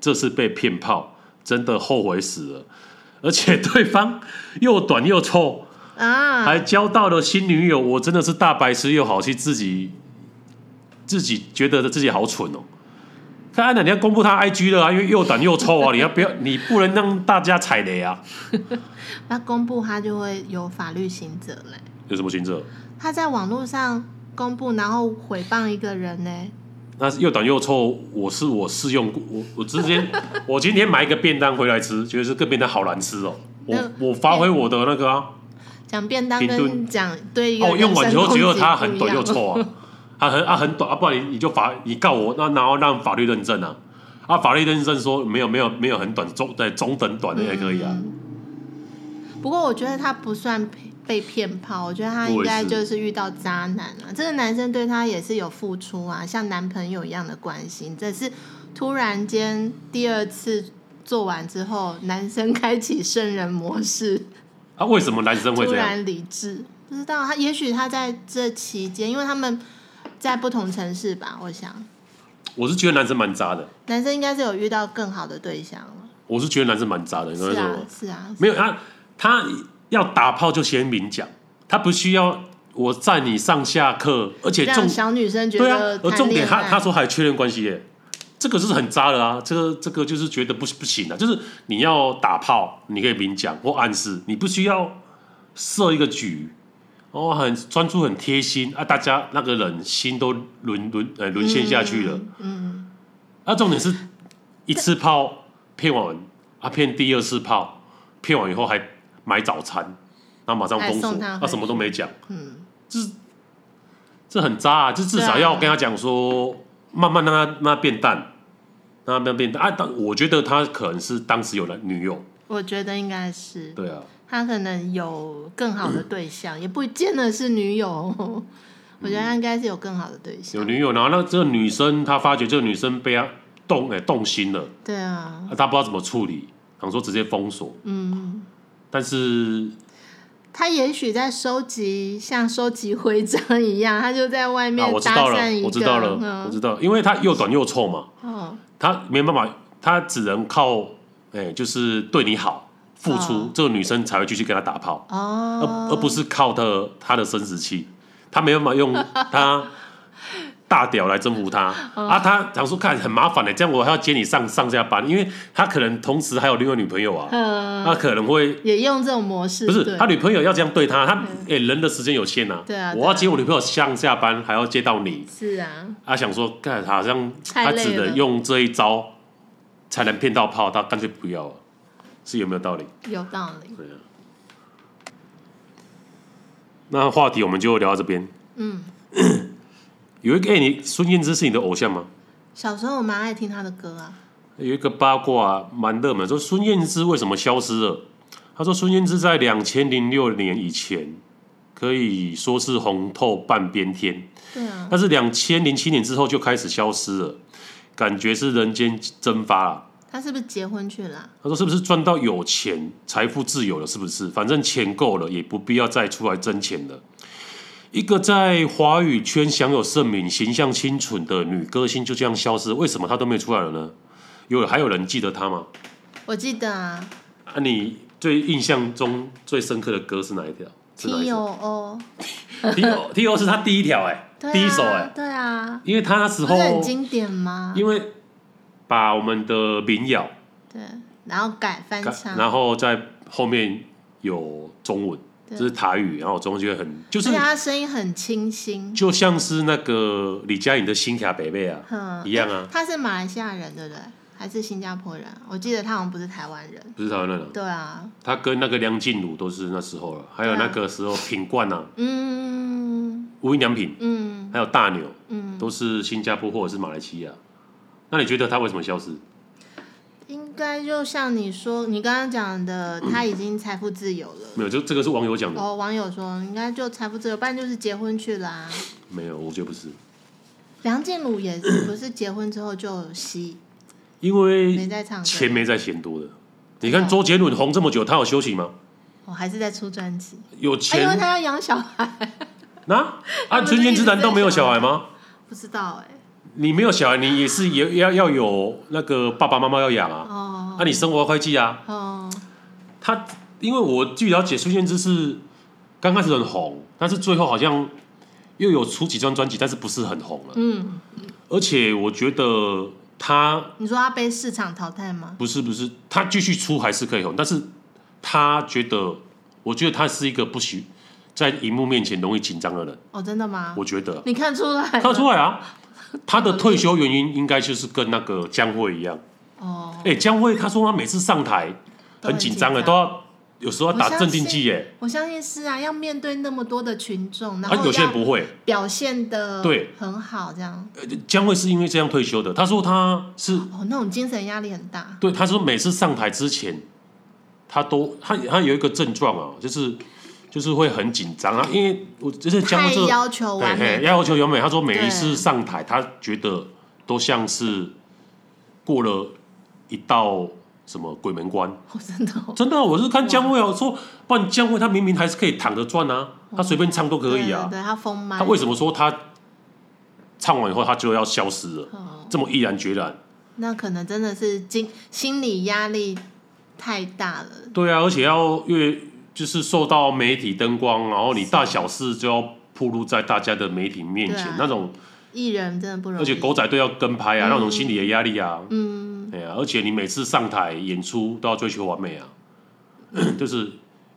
[SPEAKER 1] 这是被骗炮，真的后悔死了。而且对方又短又臭，
[SPEAKER 2] 啊，
[SPEAKER 1] 还交到了新女友，我真的是大白痴又好气，自己自己觉得自己好蠢哦。看安娜，你要公布他 IG 了啊，因为又短又臭啊，你要不要？你不能让大家踩雷啊！
[SPEAKER 2] 那公布他就会有法律刑责嘞。
[SPEAKER 1] 有什么行者？
[SPEAKER 2] 他在网络上公布，然后诽谤一个人呢，
[SPEAKER 1] 那又短又臭，我是我试用过，我我之前我今天买一个便当回来吃，觉得这个便当好难吃哦。我我发挥我的那个啊，
[SPEAKER 2] 讲便当
[SPEAKER 1] 停顿
[SPEAKER 2] 跟讲对一个
[SPEAKER 1] 哦，
[SPEAKER 2] 人
[SPEAKER 1] 用完
[SPEAKER 2] 身
[SPEAKER 1] 之后
[SPEAKER 2] 攻
[SPEAKER 1] 觉得
[SPEAKER 2] 击
[SPEAKER 1] 它
[SPEAKER 2] 不
[SPEAKER 1] 很
[SPEAKER 2] 一
[SPEAKER 1] 短又
[SPEAKER 2] 样
[SPEAKER 1] 臭 啊，啊很啊很短啊，不然你你就法你告我，那然后让法律认证啊，啊法律认证说没有没有没有很短中对中等短的也可以
[SPEAKER 2] 嗯
[SPEAKER 1] 啊，
[SPEAKER 2] 不过我觉得他不算被骗炮，我觉得他应该就是遇到渣男啊。这个男生对他也是有付出啊，像男朋友一样的关心，只是突然间第二次做完之后，男生开启圣人模式，
[SPEAKER 1] 啊为什么男生会
[SPEAKER 2] 突
[SPEAKER 1] 这样？
[SPEAKER 2] 然理智。不知道他，也许他在这期间，因为他们在不同城市吧，我想
[SPEAKER 1] 我是觉得男生蛮渣的，
[SPEAKER 2] 男生应该是有遇到更好的对象了。
[SPEAKER 1] 我是觉得男生蛮渣的，你知道为
[SPEAKER 2] 是
[SPEAKER 1] 什
[SPEAKER 2] 啊
[SPEAKER 1] 么吗？，
[SPEAKER 2] 是啊，
[SPEAKER 1] 没有他他要打炮就先明讲，他不需要我在你上下课，而且重
[SPEAKER 2] 让小女生觉
[SPEAKER 1] 对啊
[SPEAKER 2] 得，
[SPEAKER 1] 而
[SPEAKER 2] 谈
[SPEAKER 1] 重点
[SPEAKER 2] 恋
[SPEAKER 1] 他
[SPEAKER 2] 爱
[SPEAKER 1] 他说还确认关系耶，这个是很渣的啊，这个这个就是觉得不不行啊，就是你要打炮，你可以明讲或暗示，你不需要设一个局，哦，很专注很贴心啊，大家那个人心都沦沦呃沦陷下去了，
[SPEAKER 2] 嗯，
[SPEAKER 1] 啊，重点是一次炮骗完啊，骗第二次炮，骗完以后还买早餐，然后马上
[SPEAKER 2] 还
[SPEAKER 1] 封锁，
[SPEAKER 2] 送他
[SPEAKER 1] 他
[SPEAKER 2] 回
[SPEAKER 1] 什么都没讲。
[SPEAKER 2] 嗯
[SPEAKER 1] 这很渣啊！就至少
[SPEAKER 2] 对啊
[SPEAKER 1] 要跟他讲说，慢慢让他让他变淡，让他慢慢变淡啊！但我觉得他可能是当时有了女友，
[SPEAKER 2] 我觉得应该是
[SPEAKER 1] 对啊，
[SPEAKER 2] 他可能有更好的对象，也不见得是女友。我觉得他应该是有更好的对
[SPEAKER 1] 嗯有
[SPEAKER 2] 象。
[SPEAKER 1] 女友，然后那这个女生她发觉这个女生被他动哎、动心了，
[SPEAKER 2] 对啊，
[SPEAKER 1] 啊，她不知道怎么处理，想说直接封锁，
[SPEAKER 2] 嗯，
[SPEAKER 1] 但是
[SPEAKER 2] 他也许在收集，像收集徽章一样，他就在外
[SPEAKER 1] 啊，
[SPEAKER 2] 面
[SPEAKER 1] 我知
[SPEAKER 2] 搭
[SPEAKER 1] 道了
[SPEAKER 2] 讪一，个。
[SPEAKER 1] 我知道了，我
[SPEAKER 2] 嗯
[SPEAKER 1] 知道了，因为她又短又臭嘛，
[SPEAKER 2] 哦，
[SPEAKER 1] 她没办法，她只能靠哎、就是对你好付出，
[SPEAKER 2] 哦
[SPEAKER 1] 这个女生才会继续跟他打炮。
[SPEAKER 2] 哦，
[SPEAKER 1] 而而不是靠的他的生殖器，他没办法 用他大屌来征服他、
[SPEAKER 2] 哦
[SPEAKER 1] 啊。他想说看很麻烦的、欸这样我还要接你上上下班，因为他可能同时还有另外女朋友啊，
[SPEAKER 2] 嗯，
[SPEAKER 1] 他可能会
[SPEAKER 2] 也用这种模式，
[SPEAKER 1] 不是
[SPEAKER 2] 对嗯
[SPEAKER 1] 他女朋友要这样对他，他诶、人的时间有限啊，
[SPEAKER 2] 对啊对啊
[SPEAKER 1] 我要接我女朋友上下班，还要接到你，
[SPEAKER 2] 是啊，
[SPEAKER 1] 啊想说看好像
[SPEAKER 2] 太
[SPEAKER 1] 他
[SPEAKER 2] 累了
[SPEAKER 1] 只能用这一招才能骗到炮，他干脆不要了，是有没有道理？
[SPEAKER 2] 有道理。
[SPEAKER 1] 对啊。那话题我们就聊到这边。
[SPEAKER 2] 嗯，
[SPEAKER 1] 有一个，哎、你孙燕姿是你的偶像吗？
[SPEAKER 2] 小时候我蛮爱听他的歌啊，
[SPEAKER 1] 有一个八卦蛮热门，说孙燕姿为什么消失了？他说孙燕姿在两千零六年以前可以说是红透半边天，
[SPEAKER 2] 对啊，
[SPEAKER 1] 但是两千零七年之后就开始消失了，感觉是人间蒸发了。
[SPEAKER 2] 他是不是结婚去了啊？
[SPEAKER 1] 他说：“是不是赚到有钱，财富自由了？是不是？反正钱够了，也不必要再出来挣钱了。”一个在华语圈享有盛名、形象清纯的女歌星就这样消失，为什么她都没出来了呢？有还有人记得她吗？
[SPEAKER 2] 我记得啊
[SPEAKER 1] 啊，你最印象中最深刻的歌是哪一条？是哪一
[SPEAKER 2] ，T O
[SPEAKER 1] 首
[SPEAKER 2] O。
[SPEAKER 1] T O T O 是她第一条哎、
[SPEAKER 2] 对啊
[SPEAKER 1] 第一首哎、
[SPEAKER 2] 对啊，
[SPEAKER 1] 因为她那时
[SPEAKER 2] 不
[SPEAKER 1] 候
[SPEAKER 2] 是很经典吗？
[SPEAKER 1] 因为把我们的民谣
[SPEAKER 2] 对，然后改翻唱，
[SPEAKER 1] 然后在后面有中文，这
[SPEAKER 2] 对
[SPEAKER 1] 是
[SPEAKER 2] 啊
[SPEAKER 1] 台语，然后中文就会很就
[SPEAKER 2] 而
[SPEAKER 1] 是
[SPEAKER 2] 且他声音很清新，
[SPEAKER 1] 就像是那个李佳颖的《新卡北贝》啊，
[SPEAKER 2] 嗯，
[SPEAKER 1] 一样啊，
[SPEAKER 2] 他是马来西亚人对不对？还是新加坡人？我记得他好像不是台湾人。
[SPEAKER 1] 不是台湾人啊，
[SPEAKER 2] 对啊，
[SPEAKER 1] 他跟那个梁静茹都是那时候了，还有
[SPEAKER 2] 对啊
[SPEAKER 1] 那个时候品冠啊，
[SPEAKER 2] 嗯
[SPEAKER 1] 无印良品，
[SPEAKER 2] 嗯
[SPEAKER 1] 还有大牛，
[SPEAKER 2] 嗯，
[SPEAKER 1] 都是新加坡或者是马来西亚。那你觉得他为什么消失？
[SPEAKER 2] 应该就像你说，你刚刚讲的，他已经财富自由了。
[SPEAKER 1] 没有，就这个是网友讲的，
[SPEAKER 2] 哦，网友说应该就财富自由，不然就是结婚去啦、
[SPEAKER 1] 没有，我觉得不是，
[SPEAKER 2] 梁静茹也是不是结婚之后就有吸，
[SPEAKER 1] 因为
[SPEAKER 2] 没在唱歌，
[SPEAKER 1] 钱没在嫌多的。你看周杰伦红这么久，他有休息吗？
[SPEAKER 2] 我、哦还是在出专辑。
[SPEAKER 1] 有
[SPEAKER 2] 哎，因为
[SPEAKER 1] 钱
[SPEAKER 2] 他要养小孩，
[SPEAKER 1] 那
[SPEAKER 2] 他
[SPEAKER 1] 啊，
[SPEAKER 2] 们
[SPEAKER 1] 纯
[SPEAKER 2] 一
[SPEAKER 1] 洁
[SPEAKER 2] 直
[SPEAKER 1] 之难道没有小孩吗？
[SPEAKER 2] 不知道哎、
[SPEAKER 1] 你没有小孩，你也是也要要有那个爸爸妈妈要养啊，
[SPEAKER 2] 哦
[SPEAKER 1] 那、你生活会计啊。
[SPEAKER 2] 哦，
[SPEAKER 1] 他因为我据了解，孙燕姿是刚开始很红，但是最后好像又有出几张专辑，但是不是很红了。
[SPEAKER 2] 嗯，
[SPEAKER 1] 而且我觉得他
[SPEAKER 2] 你说他被市场淘汰吗？
[SPEAKER 1] 不是不是，他继续出还是可以红，但是他觉得，我觉得他是一个不许在荧幕面前容易紧张的人，
[SPEAKER 2] 哦，真的吗？
[SPEAKER 1] 我觉得
[SPEAKER 2] 你看出来了？
[SPEAKER 1] 看得出来啊。他的退休原因应该就是跟那个江蕙一样。
[SPEAKER 2] 哦，
[SPEAKER 1] 哎、江蕙他说他每次上台
[SPEAKER 2] 都很
[SPEAKER 1] 很紧张
[SPEAKER 2] 紧
[SPEAKER 1] 的，
[SPEAKER 2] 张
[SPEAKER 1] 都要有时候要
[SPEAKER 2] 我
[SPEAKER 1] 打
[SPEAKER 2] 相
[SPEAKER 1] 镇定
[SPEAKER 2] 信
[SPEAKER 1] 剂耶，
[SPEAKER 2] 我相信是啊，要面对那么多的群众，然
[SPEAKER 1] 啊，
[SPEAKER 2] 后
[SPEAKER 1] 有些人
[SPEAKER 2] 要
[SPEAKER 1] 不会。
[SPEAKER 2] 表现的
[SPEAKER 1] 对
[SPEAKER 2] 很好，这样
[SPEAKER 1] 呃江蕙是因为这样退休的，他说他是
[SPEAKER 2] 哦，那种精神压力很大。
[SPEAKER 1] 对，他说每次上台之前，他都他他有一个症状啊，就是就是会很紧张啊，因为我就是江
[SPEAKER 2] 太
[SPEAKER 1] 蕙这个
[SPEAKER 2] 要求
[SPEAKER 1] 对
[SPEAKER 2] 完
[SPEAKER 1] 嘿
[SPEAKER 2] 美，
[SPEAKER 1] 要求完美，他说每
[SPEAKER 2] 对
[SPEAKER 1] 一次上台，他觉得都像是过了一道什么鬼门关。
[SPEAKER 2] 我真的哦
[SPEAKER 1] 真的啊、我是看江蕙啊，我说不然江蕙他明明还是可以躺着赚啊，他随便唱都 可以啊
[SPEAKER 2] 对，对对他丰满。
[SPEAKER 1] 他为什么说他唱完以后他就要消失了，
[SPEAKER 2] 哦，
[SPEAKER 1] 这么毅然决然？
[SPEAKER 2] 那可能真的是经心理压力太大了。
[SPEAKER 1] 对啊，而且要越就是受到媒体灯光，然后你大小事就要暴露在大家的媒体面前，
[SPEAKER 2] 对啊
[SPEAKER 1] 那种
[SPEAKER 2] 艺人真的不容易，
[SPEAKER 1] 而且狗仔队要跟拍啊，
[SPEAKER 2] 嗯
[SPEAKER 1] 那种心理的压力啊，
[SPEAKER 2] 嗯，
[SPEAKER 1] 哎呀、而且你每次上台演出都要追求完美啊，就是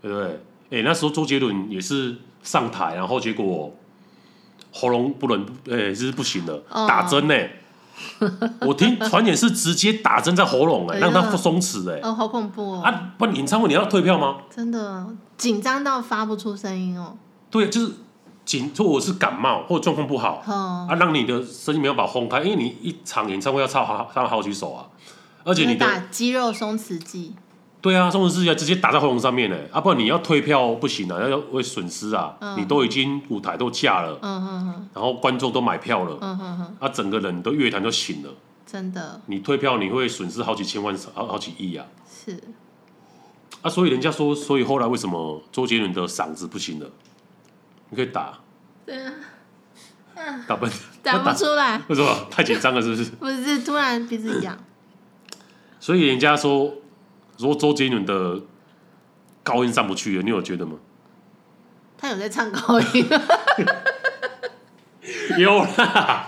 [SPEAKER 1] 对不对？哎、那时候周杰伦也是上台，然后结果喉咙不能，哎、就是不行了，
[SPEAKER 2] 哦
[SPEAKER 1] 打针呢、我听传言是直接打针在喉咙、哎，
[SPEAKER 2] 哎呀
[SPEAKER 1] 让它松弛哎、
[SPEAKER 2] 哦，好恐怖哦，
[SPEAKER 1] 啊，不然演唱会你要退票吗？
[SPEAKER 2] 真的紧张到发不出声音哦，
[SPEAKER 1] 对，就是紧，或我是感冒或者状况不好
[SPEAKER 2] 哦，
[SPEAKER 1] 啊，让你的声音没有把它轰开，因为你一场演唱会要唱好唱好几首啊，而且你
[SPEAKER 2] 会打
[SPEAKER 1] 的
[SPEAKER 2] 肌肉松弛剂，
[SPEAKER 1] 对啊，宋是要直接打在喉咙上面呢，啊，不然你要退票不行啊，要会损失啊，
[SPEAKER 2] 嗯
[SPEAKER 1] 你都已经舞台都架了，
[SPEAKER 2] 嗯哼哼，
[SPEAKER 1] 然后观众都买票了，
[SPEAKER 2] 嗯哼哼，
[SPEAKER 1] 啊，整个人的乐坛都醒了，
[SPEAKER 2] 真的
[SPEAKER 1] 你退票你会损失好几千万好好几亿啊，
[SPEAKER 2] 是
[SPEAKER 1] 啊，所以人家说，所以后来为什么周杰伦的嗓子不行了？你可以打，
[SPEAKER 2] 对啊，
[SPEAKER 1] 打喷，
[SPEAKER 2] 打不出来，
[SPEAKER 1] 为什么太紧张了？是不是？
[SPEAKER 2] 不是突然鼻子痒，
[SPEAKER 1] 所以人家说说周杰伦的高音上不去了，你有觉得吗？
[SPEAKER 2] 他有在唱高音，
[SPEAKER 1] 有啊啦，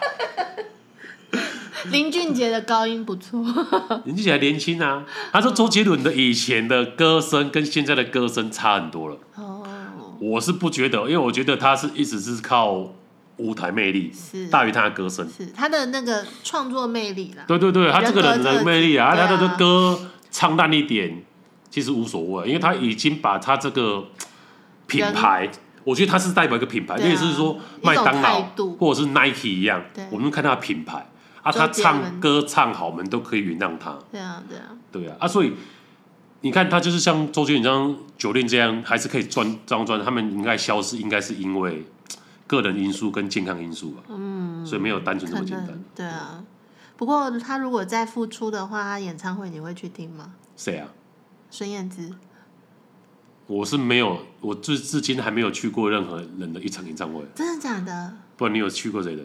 [SPEAKER 2] 林俊杰的高音不错，
[SPEAKER 1] 年纪还年轻啊。他说周杰伦的以前的歌声跟现在的歌声差很多了。
[SPEAKER 2] 哦，
[SPEAKER 1] 我是不觉得，因为我觉得他是一直是靠舞台魅力
[SPEAKER 2] 是
[SPEAKER 1] 大于他的歌声。
[SPEAKER 2] 是他的那个创作魅力啦，
[SPEAKER 1] 对对对，他这个人
[SPEAKER 2] 人格特
[SPEAKER 1] 的
[SPEAKER 2] 质
[SPEAKER 1] 魅力啊，
[SPEAKER 2] 对啊
[SPEAKER 1] 他的歌唱淡一点其实无所谓，因为他已经把他这个嗯品牌，我觉得他是代表一个品牌，
[SPEAKER 2] 对啊
[SPEAKER 1] 类似说麦当
[SPEAKER 2] 一种
[SPEAKER 1] 劳
[SPEAKER 2] 态度
[SPEAKER 1] 或者是 Nike 一样
[SPEAKER 2] 对，
[SPEAKER 1] 我们看他的品牌啊，
[SPEAKER 2] 周
[SPEAKER 1] 他
[SPEAKER 2] 杰
[SPEAKER 1] 唱
[SPEAKER 2] 伦
[SPEAKER 1] 歌唱好，我们都可以原谅他，
[SPEAKER 2] 对啊对啊，
[SPEAKER 1] 对啊，啊，所以你看他就是像周杰伦这样、九恋这样，还是可以赚这张专，他们应该消失，应该是因为个人因素跟健康因素吧，
[SPEAKER 2] 嗯。
[SPEAKER 1] 所以没有单纯这
[SPEAKER 2] 可
[SPEAKER 1] 么简单
[SPEAKER 2] 能。对啊。不过他如果再复出的话，他演唱会你会去听吗？
[SPEAKER 1] 谁啊？
[SPEAKER 2] 孙燕姿
[SPEAKER 1] 我是没有，我至至今还没有去过任何人的一场演唱会。
[SPEAKER 2] 真的假的？
[SPEAKER 1] 不然你有去过谁的？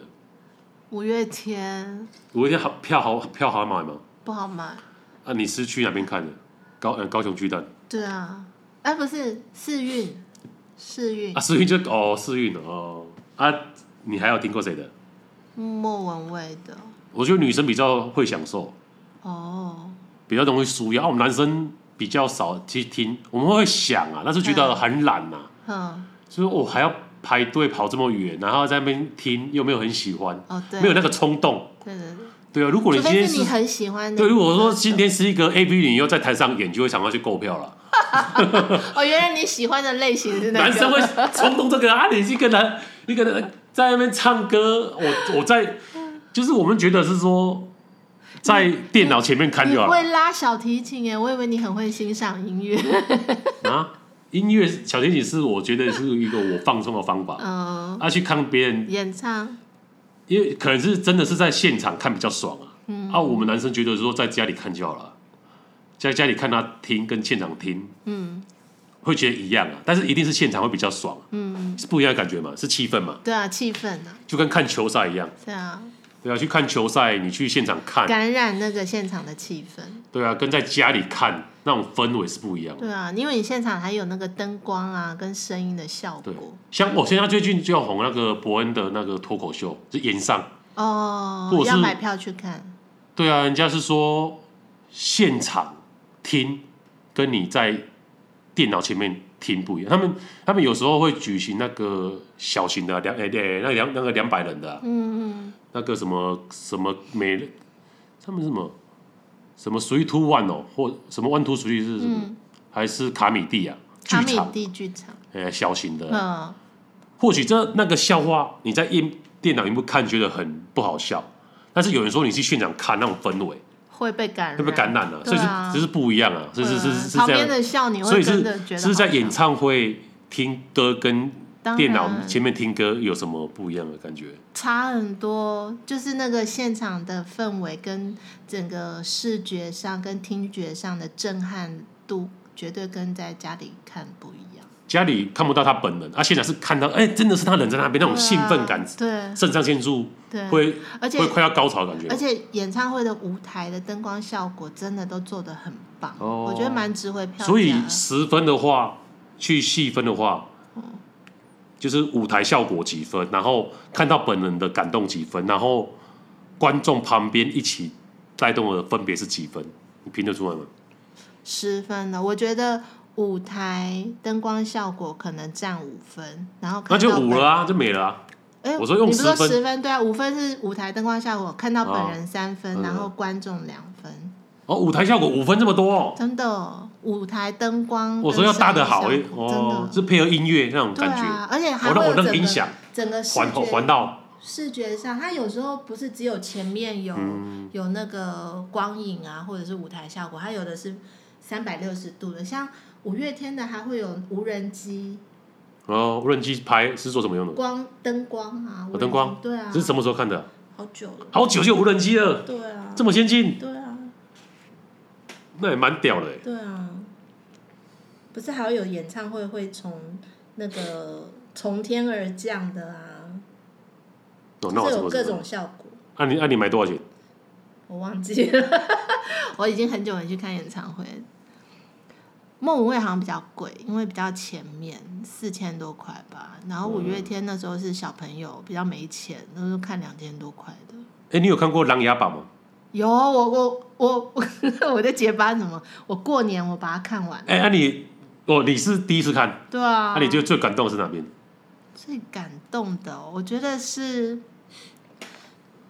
[SPEAKER 2] 五月天
[SPEAKER 1] 我一天好票好票好买吗？
[SPEAKER 2] 不好买，
[SPEAKER 1] 啊，你是去哪边看的？高呃高雄巨蛋
[SPEAKER 2] 对啊，哎、不是世运，世运
[SPEAKER 1] 啊，世运就哦世运哦啊，你还有听过谁的？
[SPEAKER 2] 莫文蔚的
[SPEAKER 1] 我觉得女生比较会享受，
[SPEAKER 2] 哦，
[SPEAKER 1] 比较容易输压。啊，我们男生比较少去听，我们会想啊，但是觉得很懒呐、啊，
[SPEAKER 2] 嗯，
[SPEAKER 1] 就是我还要排队跑这么远，然后在那边听，又没有很喜欢，
[SPEAKER 2] 哦对，
[SPEAKER 1] 没有那个冲动。
[SPEAKER 2] 对对对。
[SPEAKER 1] 对啊，如果你
[SPEAKER 2] 除
[SPEAKER 1] 今
[SPEAKER 2] 非
[SPEAKER 1] 天
[SPEAKER 2] 是你很喜欢的
[SPEAKER 1] 对，
[SPEAKER 2] 歌手。
[SPEAKER 1] 如果说今天是一个 A V 女优在台上演，就会想要去购票了。
[SPEAKER 2] 哦，原来你喜欢的类型是那个
[SPEAKER 1] 男生会冲动这个啊，你一个男一个人在那边唱歌，我我在就是我们觉得是说在电脑前面看
[SPEAKER 2] 你
[SPEAKER 1] 就好
[SPEAKER 2] 会
[SPEAKER 1] 了
[SPEAKER 2] 拉小提琴耶，我以为你很会欣赏音 乐。
[SPEAKER 1] 啊。音乐小提琴是我觉得是一个我放松的方法，
[SPEAKER 2] 嗯，
[SPEAKER 1] 啊，去看别人，
[SPEAKER 2] 演唱，
[SPEAKER 1] 因为可能是真的是在现场看比较爽啊。
[SPEAKER 2] 嗯
[SPEAKER 1] 啊，我们男生觉得说在家里看就好了，在家里看他听跟现场听
[SPEAKER 2] 嗯
[SPEAKER 1] 会觉得一样啊，但是一定是现场会比较爽啊、
[SPEAKER 2] 嗯，
[SPEAKER 1] 是不一样的感觉嘛，是气氛嘛，
[SPEAKER 2] 对啊，气氛啊，
[SPEAKER 1] 就跟看球赛一样，
[SPEAKER 2] 对啊，
[SPEAKER 1] 对啊，去看球赛，你去现场看，
[SPEAKER 2] 感染那个现场的气氛，
[SPEAKER 1] 对啊，跟在家里看那种氛围是不一样的。
[SPEAKER 2] 对啊，因为你现场还有那个灯光啊跟声音的效
[SPEAKER 1] 对
[SPEAKER 2] 果。，
[SPEAKER 1] 像我现在最近就要红那个伯恩的那个脱口秀，就演上，
[SPEAKER 2] 哦
[SPEAKER 1] 或者，是
[SPEAKER 2] 要买票去看，
[SPEAKER 1] 对啊，人家是说现场听跟你在电脑前面听不一样，他们他们有时候会举行那个小型的两诶诶那两那个两百人的啊、
[SPEAKER 2] 嗯嗯，
[SPEAKER 1] 那个什么什么美，他们什么什么 three to one 哦，或什么 one to three 是什么？
[SPEAKER 2] 嗯
[SPEAKER 1] 还是卡米蒂啊？剧
[SPEAKER 2] 卡米
[SPEAKER 1] 场，
[SPEAKER 2] 蒂剧场，
[SPEAKER 1] 呃，小型的。
[SPEAKER 2] 嗯，
[SPEAKER 1] 或许这那个笑话你在电电脑荧幕看觉得很不好笑，但是有人说你去现场看那种氛围，
[SPEAKER 2] 会被感染，
[SPEAKER 1] 会被感染了、
[SPEAKER 2] 嗯对
[SPEAKER 1] 所以是
[SPEAKER 2] 啊
[SPEAKER 1] 这是不一样啊，所以是是是是
[SPEAKER 2] 旁
[SPEAKER 1] 这
[SPEAKER 2] 边
[SPEAKER 1] 样，
[SPEAKER 2] 的笑你
[SPEAKER 1] 所
[SPEAKER 2] 会
[SPEAKER 1] 以
[SPEAKER 2] 真的觉
[SPEAKER 1] 是
[SPEAKER 2] 得
[SPEAKER 1] 是在
[SPEAKER 2] 好笑
[SPEAKER 1] 演唱会听歌跟
[SPEAKER 2] 当
[SPEAKER 1] 电脑
[SPEAKER 2] 然
[SPEAKER 1] 前面听歌有什么不一样的感觉？
[SPEAKER 2] 差很多，就是那个现场的氛围跟整个视觉上跟听觉上的震撼度，绝对跟在家里看不一样。
[SPEAKER 1] 家里看不到他本人，啊，现场是看到，哎、真的是他人在那边那种兴奋感，
[SPEAKER 2] 对
[SPEAKER 1] 肾上腺素
[SPEAKER 2] 对，啊
[SPEAKER 1] 会
[SPEAKER 2] 而且
[SPEAKER 1] 会快要高潮的感
[SPEAKER 2] 而
[SPEAKER 1] 觉。
[SPEAKER 2] 且演唱会的舞台的灯光效果真的都做得很棒，
[SPEAKER 1] 哦
[SPEAKER 2] 我觉得蛮值回票价。
[SPEAKER 1] 所以十分的话，去细分的话，就是舞台效果几分，然后看到本人的感动几分，然后观众旁边一起带动的分别是几分，你拼得出来吗？
[SPEAKER 2] 十分的，我觉得舞台灯光效果可能占五分，然后
[SPEAKER 1] 那
[SPEAKER 2] 看
[SPEAKER 1] 就
[SPEAKER 2] 到
[SPEAKER 1] 五
[SPEAKER 2] 本
[SPEAKER 1] 了啊，就没了啊。
[SPEAKER 2] 哎，
[SPEAKER 1] 我说用
[SPEAKER 2] 你不是
[SPEAKER 1] 10分
[SPEAKER 2] 十分对啊，五分是舞台灯光效果，看到本人三分，
[SPEAKER 1] 嗯
[SPEAKER 2] 然后观众两分，
[SPEAKER 1] 哦，舞台效果五分这么多、哦，
[SPEAKER 2] 真的哦舞台灯光
[SPEAKER 1] 我说
[SPEAKER 2] 跟声音
[SPEAKER 1] 要
[SPEAKER 2] 效果。
[SPEAKER 1] 搭的好哎
[SPEAKER 2] 真，
[SPEAKER 1] 哦，
[SPEAKER 2] 的
[SPEAKER 1] 是配合音乐那种
[SPEAKER 2] 对
[SPEAKER 1] 感觉，
[SPEAKER 2] 啊，而且还
[SPEAKER 1] 我那
[SPEAKER 2] 会有
[SPEAKER 1] 我那
[SPEAKER 2] 整
[SPEAKER 1] 个
[SPEAKER 2] 个
[SPEAKER 1] 音响
[SPEAKER 2] 整个视
[SPEAKER 1] 环环
[SPEAKER 2] 觉
[SPEAKER 1] 到。
[SPEAKER 2] 视觉上，它有时候不是只有前面有
[SPEAKER 1] 嗯
[SPEAKER 2] 有那个光影啊，或者是舞台效果，它有的是三百六十度的，像五月天的还会有无人机
[SPEAKER 1] 哦，无人机拍是做什么用的？
[SPEAKER 2] 光灯光啊，无人
[SPEAKER 1] 哦灯光
[SPEAKER 2] 机对啊，
[SPEAKER 1] 这是什么时候看的？
[SPEAKER 2] 好久了，
[SPEAKER 1] 好久就有无人机了，
[SPEAKER 2] 对啊，
[SPEAKER 1] 这么先进，
[SPEAKER 2] 对啊。
[SPEAKER 1] 那也蛮屌的欸。
[SPEAKER 2] 对啊，不是还有演唱会会从那个从天而降的啊，
[SPEAKER 1] 哦，那我
[SPEAKER 2] 就是
[SPEAKER 1] 什
[SPEAKER 2] 有
[SPEAKER 1] 么？
[SPEAKER 2] 各种效果，
[SPEAKER 1] 啊你啊你买多少钱？
[SPEAKER 2] 我忘记了， 我已经很久没去看演唱会了。莫文蔚好像比较贵，因为比较前面四千多块吧。然后五月天那时候是小朋友，比较没钱，那时候看两千多块的。
[SPEAKER 1] 哎，你有看过《琅琊榜》吗？
[SPEAKER 2] 有我我我 我在结巴什么？我过年我把它看完。
[SPEAKER 1] 哎，啊你哦，你是第一次看，
[SPEAKER 2] 对啊，
[SPEAKER 1] 啊你觉得最感动的是哪边？
[SPEAKER 2] 最感动的哦、我觉得是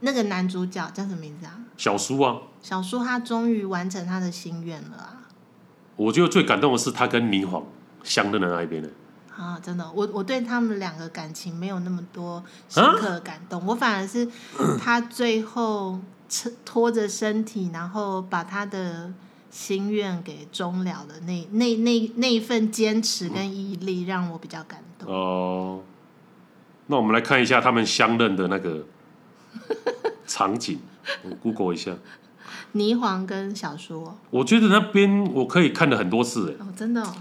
[SPEAKER 2] 那个男主角叫什么名字啊？
[SPEAKER 1] 小叔啊，
[SPEAKER 2] 小叔他终于完成他的心愿了啊！
[SPEAKER 1] 我觉得最感动的是他跟明皇相认的那一边呢。欸
[SPEAKER 2] 啊，真的，我我对他们两个感情没有那么多深
[SPEAKER 1] 啊
[SPEAKER 2] 刻的感动，我反而是他最后撑拖着身体，然后把他的心愿给终了的那那那那一份坚持跟毅力，让我比较感动。
[SPEAKER 1] 哦，那我们来看一下他们相认的那 个场景，我 Google 一下。
[SPEAKER 2] 霓凰跟小叔、哦。
[SPEAKER 1] 我觉得那边我可以看了很多次，哎，
[SPEAKER 2] 哦，真的、哦，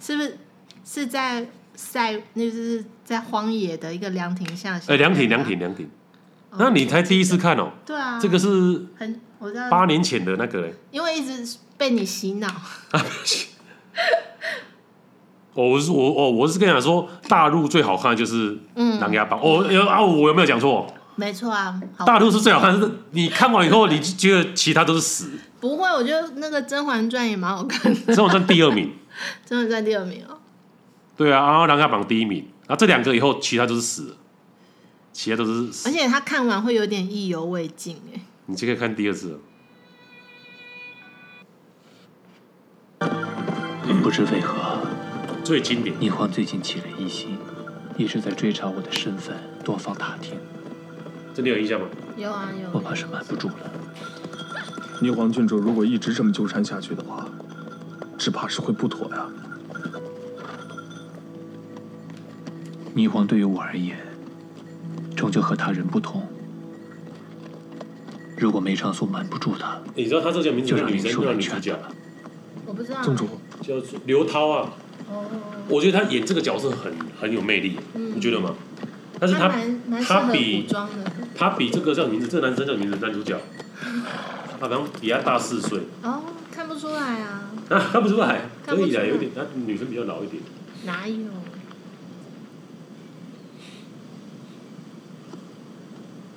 [SPEAKER 2] 是不是是在塞，那就是在荒野的一个凉亭下？
[SPEAKER 1] 哎，凉亭，凉亭，。凉亭。那你才第一次看哦，
[SPEAKER 2] 对啊，
[SPEAKER 1] 这个是
[SPEAKER 2] 很我知道，
[SPEAKER 1] 八年前的那个嘞。
[SPEAKER 2] 因为一直被你洗脑。
[SPEAKER 1] 哦，我是我哦，我是跟你讲说，大陆最好看的就是《
[SPEAKER 2] 嗯
[SPEAKER 1] 琅琊榜》哦，有啊，我有没有讲错？
[SPEAKER 2] 没错啊，好
[SPEAKER 1] 大陆是最好看，是你看完以后，你就觉得其他都是屎。
[SPEAKER 2] 不会，我觉得那个《甄嬛传》也蛮好看的， 《
[SPEAKER 1] 甄嬛传》第二名，
[SPEAKER 2] 甄嬛传》第二名哦。
[SPEAKER 1] 对啊，然后《琅琊榜》第一名，然后这两个以后，其他都是屎，其他都是
[SPEAKER 2] 而
[SPEAKER 1] 屎。
[SPEAKER 2] 且他看完会有点意犹未尽哎。
[SPEAKER 1] 你这个看第二次了，
[SPEAKER 3] 不知为何，
[SPEAKER 1] 最经典。
[SPEAKER 3] 宁欢最近起了疑心，一直在追查我的身份，多方打听。
[SPEAKER 1] 这你有印象吗？
[SPEAKER 2] 有啊有
[SPEAKER 1] 哦
[SPEAKER 3] 我怕是瞒不住了。
[SPEAKER 4] 霓凰郡主如果一直这么纠缠下去的话，只怕是会不妥呀、
[SPEAKER 3] 霓凰对于我而言，终究和他人不同。如果梅长苏瞒不住他，
[SPEAKER 1] 你知道他这个名字
[SPEAKER 3] 就
[SPEAKER 1] 叫
[SPEAKER 3] 让
[SPEAKER 1] 女
[SPEAKER 3] 林
[SPEAKER 1] 生，
[SPEAKER 3] 叔
[SPEAKER 1] 就
[SPEAKER 3] 来
[SPEAKER 1] 女主
[SPEAKER 3] 劝他
[SPEAKER 1] 角，
[SPEAKER 3] 了。
[SPEAKER 2] 我不知道啊
[SPEAKER 4] 宗主，
[SPEAKER 1] 叫刘涛啊。
[SPEAKER 2] 哦，
[SPEAKER 1] 我觉得他演这个角色很很有魅力，
[SPEAKER 2] 嗯
[SPEAKER 1] 你觉得吗？但是他
[SPEAKER 2] 他蛮蛮适
[SPEAKER 1] 他
[SPEAKER 2] 合
[SPEAKER 1] 比
[SPEAKER 2] 古装的
[SPEAKER 1] 他比这个叫名字，这个男生叫名字男主角，他好像比他大四岁
[SPEAKER 2] 哦，看不出来啊，
[SPEAKER 1] 啊，看不出来，
[SPEAKER 2] 看
[SPEAKER 1] 可以
[SPEAKER 2] 不出
[SPEAKER 1] 的，
[SPEAKER 2] 来
[SPEAKER 1] 有点，他女生比较老一点。
[SPEAKER 2] 哪有？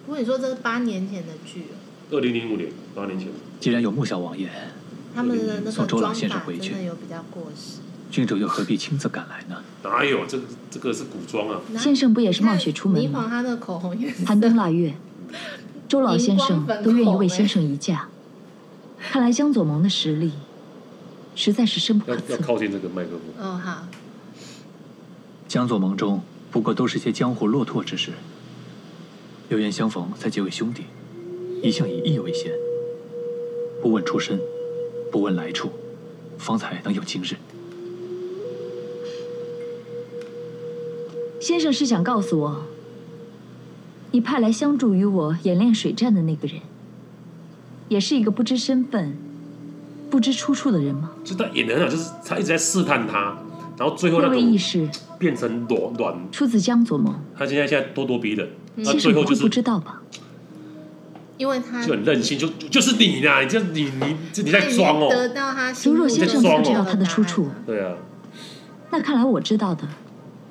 [SPEAKER 2] 不过你说这是八年前的剧哦，
[SPEAKER 1] 二零零五年，八年前，
[SPEAKER 3] 既然有穆小王爷，
[SPEAKER 2] 他们的那个
[SPEAKER 3] 送周郎
[SPEAKER 2] 妆
[SPEAKER 3] 先生
[SPEAKER 2] 法
[SPEAKER 3] 回去
[SPEAKER 2] 真的有比较过时。
[SPEAKER 3] 郡主又何必亲自赶来呢？
[SPEAKER 1] 哪有这这个是古装啊？
[SPEAKER 2] 哪
[SPEAKER 5] 先生不也是冒雪出门
[SPEAKER 2] 你看霓
[SPEAKER 5] 吗？
[SPEAKER 2] 凰他的口红也是
[SPEAKER 5] 寒冬腊月，周老先
[SPEAKER 2] 荧
[SPEAKER 5] 生
[SPEAKER 2] 光粉
[SPEAKER 5] 都愿意
[SPEAKER 2] 口
[SPEAKER 5] 为
[SPEAKER 2] 味
[SPEAKER 5] 先生一嫁。看来江左盟的实力实在是深不
[SPEAKER 1] 要
[SPEAKER 5] 可
[SPEAKER 1] 要
[SPEAKER 5] 测。
[SPEAKER 1] 靠近这个麦克风。
[SPEAKER 2] 哦好，
[SPEAKER 3] 江左盟中不过都是些江湖落拓之事，有缘相逢才结为兄弟，一向以义为先，不问出身，不问来处，方才能有今日。
[SPEAKER 5] 先生是想告诉我，你派来相助于我演练水战的那个人，也是一个不知身份、不知出处的人吗？
[SPEAKER 1] 就他演的很好，就是他一直在试探他，然后最后
[SPEAKER 5] 会
[SPEAKER 1] 那
[SPEAKER 5] 不会意
[SPEAKER 1] 种
[SPEAKER 5] 识
[SPEAKER 1] 变成软软，
[SPEAKER 5] 出自江左盟？
[SPEAKER 1] 他现在现在咄咄逼人，那
[SPEAKER 5] 先生
[SPEAKER 1] 最后
[SPEAKER 5] 不
[SPEAKER 1] 就
[SPEAKER 5] 会
[SPEAKER 1] 是
[SPEAKER 5] 不知道吧？
[SPEAKER 2] 因为他
[SPEAKER 1] 就很任性，就就就是你啦，你这你你这你
[SPEAKER 2] 他
[SPEAKER 1] 在
[SPEAKER 2] 已经
[SPEAKER 1] 装哦，
[SPEAKER 2] 得到他
[SPEAKER 5] 如若先
[SPEAKER 1] 生不知道
[SPEAKER 5] 他的出处
[SPEAKER 1] 对啊，
[SPEAKER 5] 那看来我知道的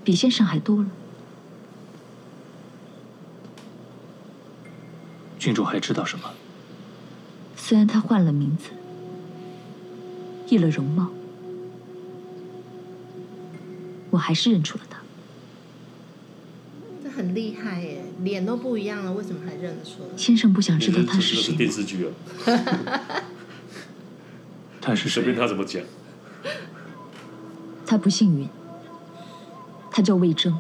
[SPEAKER 5] 比先生还多了。
[SPEAKER 3] 郡主还知道什么？
[SPEAKER 5] 虽然他换了名字，易了容貌，我还是认出了他。
[SPEAKER 2] 这很厉害耶，脸都不一样了，为什么还认得出来？
[SPEAKER 5] 先生不想知道他
[SPEAKER 1] 这
[SPEAKER 5] 是
[SPEAKER 1] 是
[SPEAKER 5] 谁
[SPEAKER 1] 电
[SPEAKER 5] 吗？
[SPEAKER 1] 视剧啊，
[SPEAKER 3] 他是
[SPEAKER 1] 随便
[SPEAKER 3] 谁？
[SPEAKER 1] 他怎么讲。
[SPEAKER 5] 他不幸运，他叫魏征，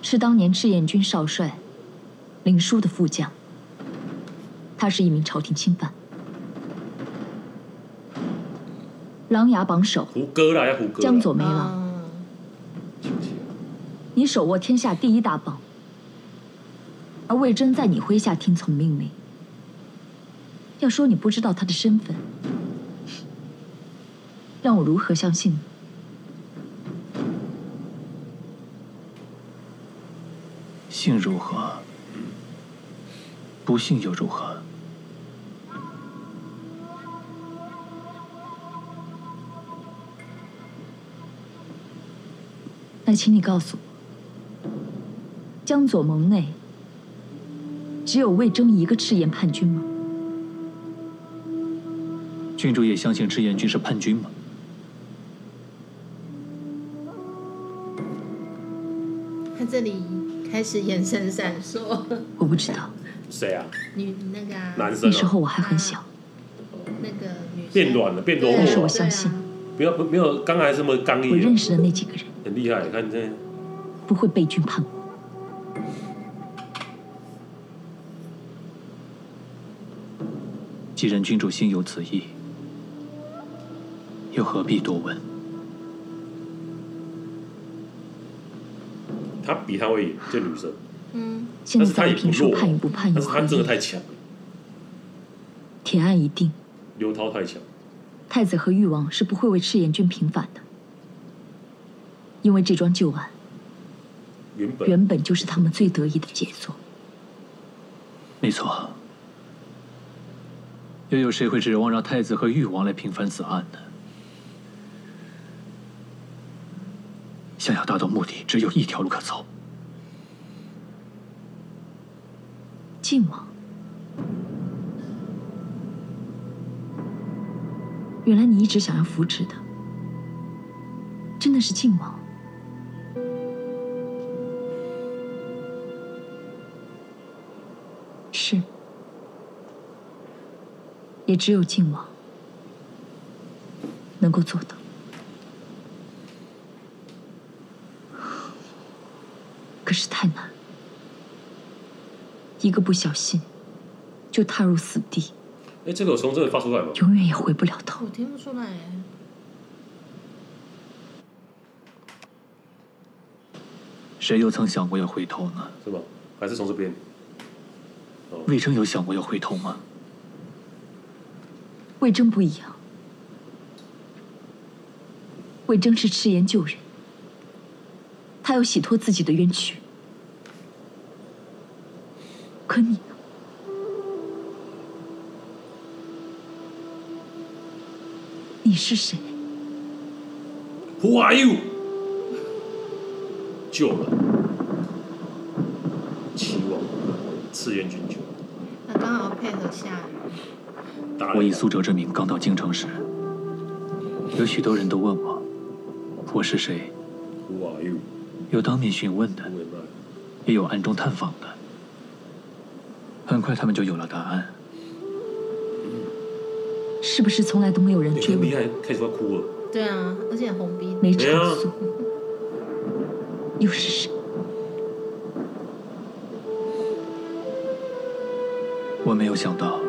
[SPEAKER 5] 是当年赤焰军少帅林殊的副将。他是一名朝廷钦犯，琅琊榜首
[SPEAKER 1] 胡歌啦，要胡歌啦。
[SPEAKER 5] 江左梅郎。
[SPEAKER 2] 哦，
[SPEAKER 5] 你手握天下第一大棒，而魏征在你麾下听从命令。要说你不知道他的身份，让我如何相信呢？
[SPEAKER 3] 信如何？不信又如何？
[SPEAKER 5] 那请你告诉我，江左盟内只有魏征一个赤焰叛军吗？
[SPEAKER 3] 郡主也相信赤焰军是叛军吗？
[SPEAKER 2] 他这里开始眼神闪烁。
[SPEAKER 5] 我不知道，
[SPEAKER 1] 谁啊？
[SPEAKER 2] 女那个啊，
[SPEAKER 1] 男生
[SPEAKER 5] 那时
[SPEAKER 1] 啊，
[SPEAKER 5] 候我还很小，
[SPEAKER 2] 那个女生
[SPEAKER 1] 变软了，变
[SPEAKER 2] 对
[SPEAKER 1] 柔
[SPEAKER 5] 但是
[SPEAKER 1] 弱
[SPEAKER 5] 我
[SPEAKER 1] 了，
[SPEAKER 5] 相信
[SPEAKER 1] 没有没有，刚才这么刚
[SPEAKER 5] 我
[SPEAKER 1] 毅
[SPEAKER 5] 认
[SPEAKER 1] 的，
[SPEAKER 5] 识的那几个人
[SPEAKER 1] 很厉害。你看这，
[SPEAKER 5] 不会背军叛国。
[SPEAKER 3] 既然郡主心有此意，又何必多问？
[SPEAKER 1] 他比他会演这女生，
[SPEAKER 2] 嗯，
[SPEAKER 5] 现在
[SPEAKER 1] 但是他
[SPEAKER 5] 在
[SPEAKER 1] 也
[SPEAKER 5] 评
[SPEAKER 1] 不
[SPEAKER 5] 说
[SPEAKER 1] 弱
[SPEAKER 5] 叛与不叛有
[SPEAKER 1] 但是
[SPEAKER 5] 何
[SPEAKER 1] 他真的
[SPEAKER 5] 意
[SPEAKER 1] 太
[SPEAKER 5] 义？
[SPEAKER 1] 强了，
[SPEAKER 5] 铁案一定。
[SPEAKER 1] 刘涛太强。
[SPEAKER 5] 太子和誉王是不会为赤焰军平反的，因为这桩旧案
[SPEAKER 1] 原本
[SPEAKER 5] 原本就是他们最得意的杰作。
[SPEAKER 3] 没错，又有谁会指望让太子和誉王来平反此案呢？想要达到目的，只有一条路可走，
[SPEAKER 5] 进吗？原来你一直想要扶持的，真的是靖王。是，也只有靖王能够做到。可是太难，一个不小心就踏入死地，
[SPEAKER 1] 哎，这个有从这里发出来吗？
[SPEAKER 5] 永远也回不了头
[SPEAKER 2] 哦我。听不出来耶，
[SPEAKER 3] 谁又曾想过要回头呢？
[SPEAKER 1] 是吗？还是从这边？
[SPEAKER 3] 魏征有想过要回头吗？
[SPEAKER 5] 魏征不一样，魏征是赤焰救人，他要洗脱自己的冤屈。可你呢？你是谁？
[SPEAKER 1] Who are you？救了，期望次元军救，
[SPEAKER 2] 那刚好配合下雨，
[SPEAKER 1] 打
[SPEAKER 3] 我以苏哲之名刚到京城时，有许多人都问我我是谁，
[SPEAKER 1] Who are you？
[SPEAKER 3] 有当面询问的，
[SPEAKER 1] 我也不知道
[SPEAKER 3] 也有暗中探访的。很快他们就有了答案。
[SPEAKER 5] 是不是从来都没有人
[SPEAKER 1] 哎
[SPEAKER 5] 追
[SPEAKER 1] 很厉
[SPEAKER 5] 问，
[SPEAKER 1] 害，开始要哭了。
[SPEAKER 2] 对啊，而且红鼻
[SPEAKER 5] 没
[SPEAKER 1] 没
[SPEAKER 5] 查
[SPEAKER 1] 啊
[SPEAKER 5] 诉，又是谁？
[SPEAKER 3] 我没有想到，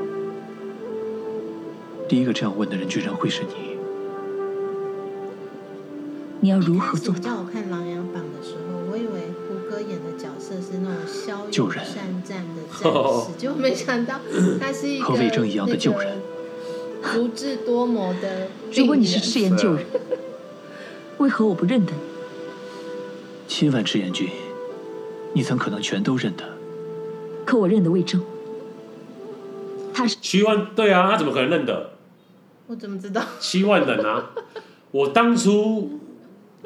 [SPEAKER 3] 第一个这样问的人居然会是你。
[SPEAKER 5] 你要
[SPEAKER 2] 一
[SPEAKER 5] 如
[SPEAKER 2] 开
[SPEAKER 5] 何
[SPEAKER 2] 始
[SPEAKER 5] 做
[SPEAKER 2] 你
[SPEAKER 5] 到？
[SPEAKER 2] 叫我看《琅琊榜》的时候，我以为胡歌演的角色是那种骁
[SPEAKER 3] 救
[SPEAKER 2] 勇
[SPEAKER 3] 人
[SPEAKER 2] 善战的战士，结果没想到他是一个
[SPEAKER 3] 和魏征一样的救人，
[SPEAKER 2] 足智多谋的病人。
[SPEAKER 5] 如果你是赤焰救人，为何我不认得你？
[SPEAKER 3] 七万赤焰军，你怎可能全都认得？
[SPEAKER 5] 可我认得魏征，他是
[SPEAKER 1] 七万，对啊，他怎么可能认得？
[SPEAKER 2] 我怎么知道？
[SPEAKER 1] 七万人啊！我当初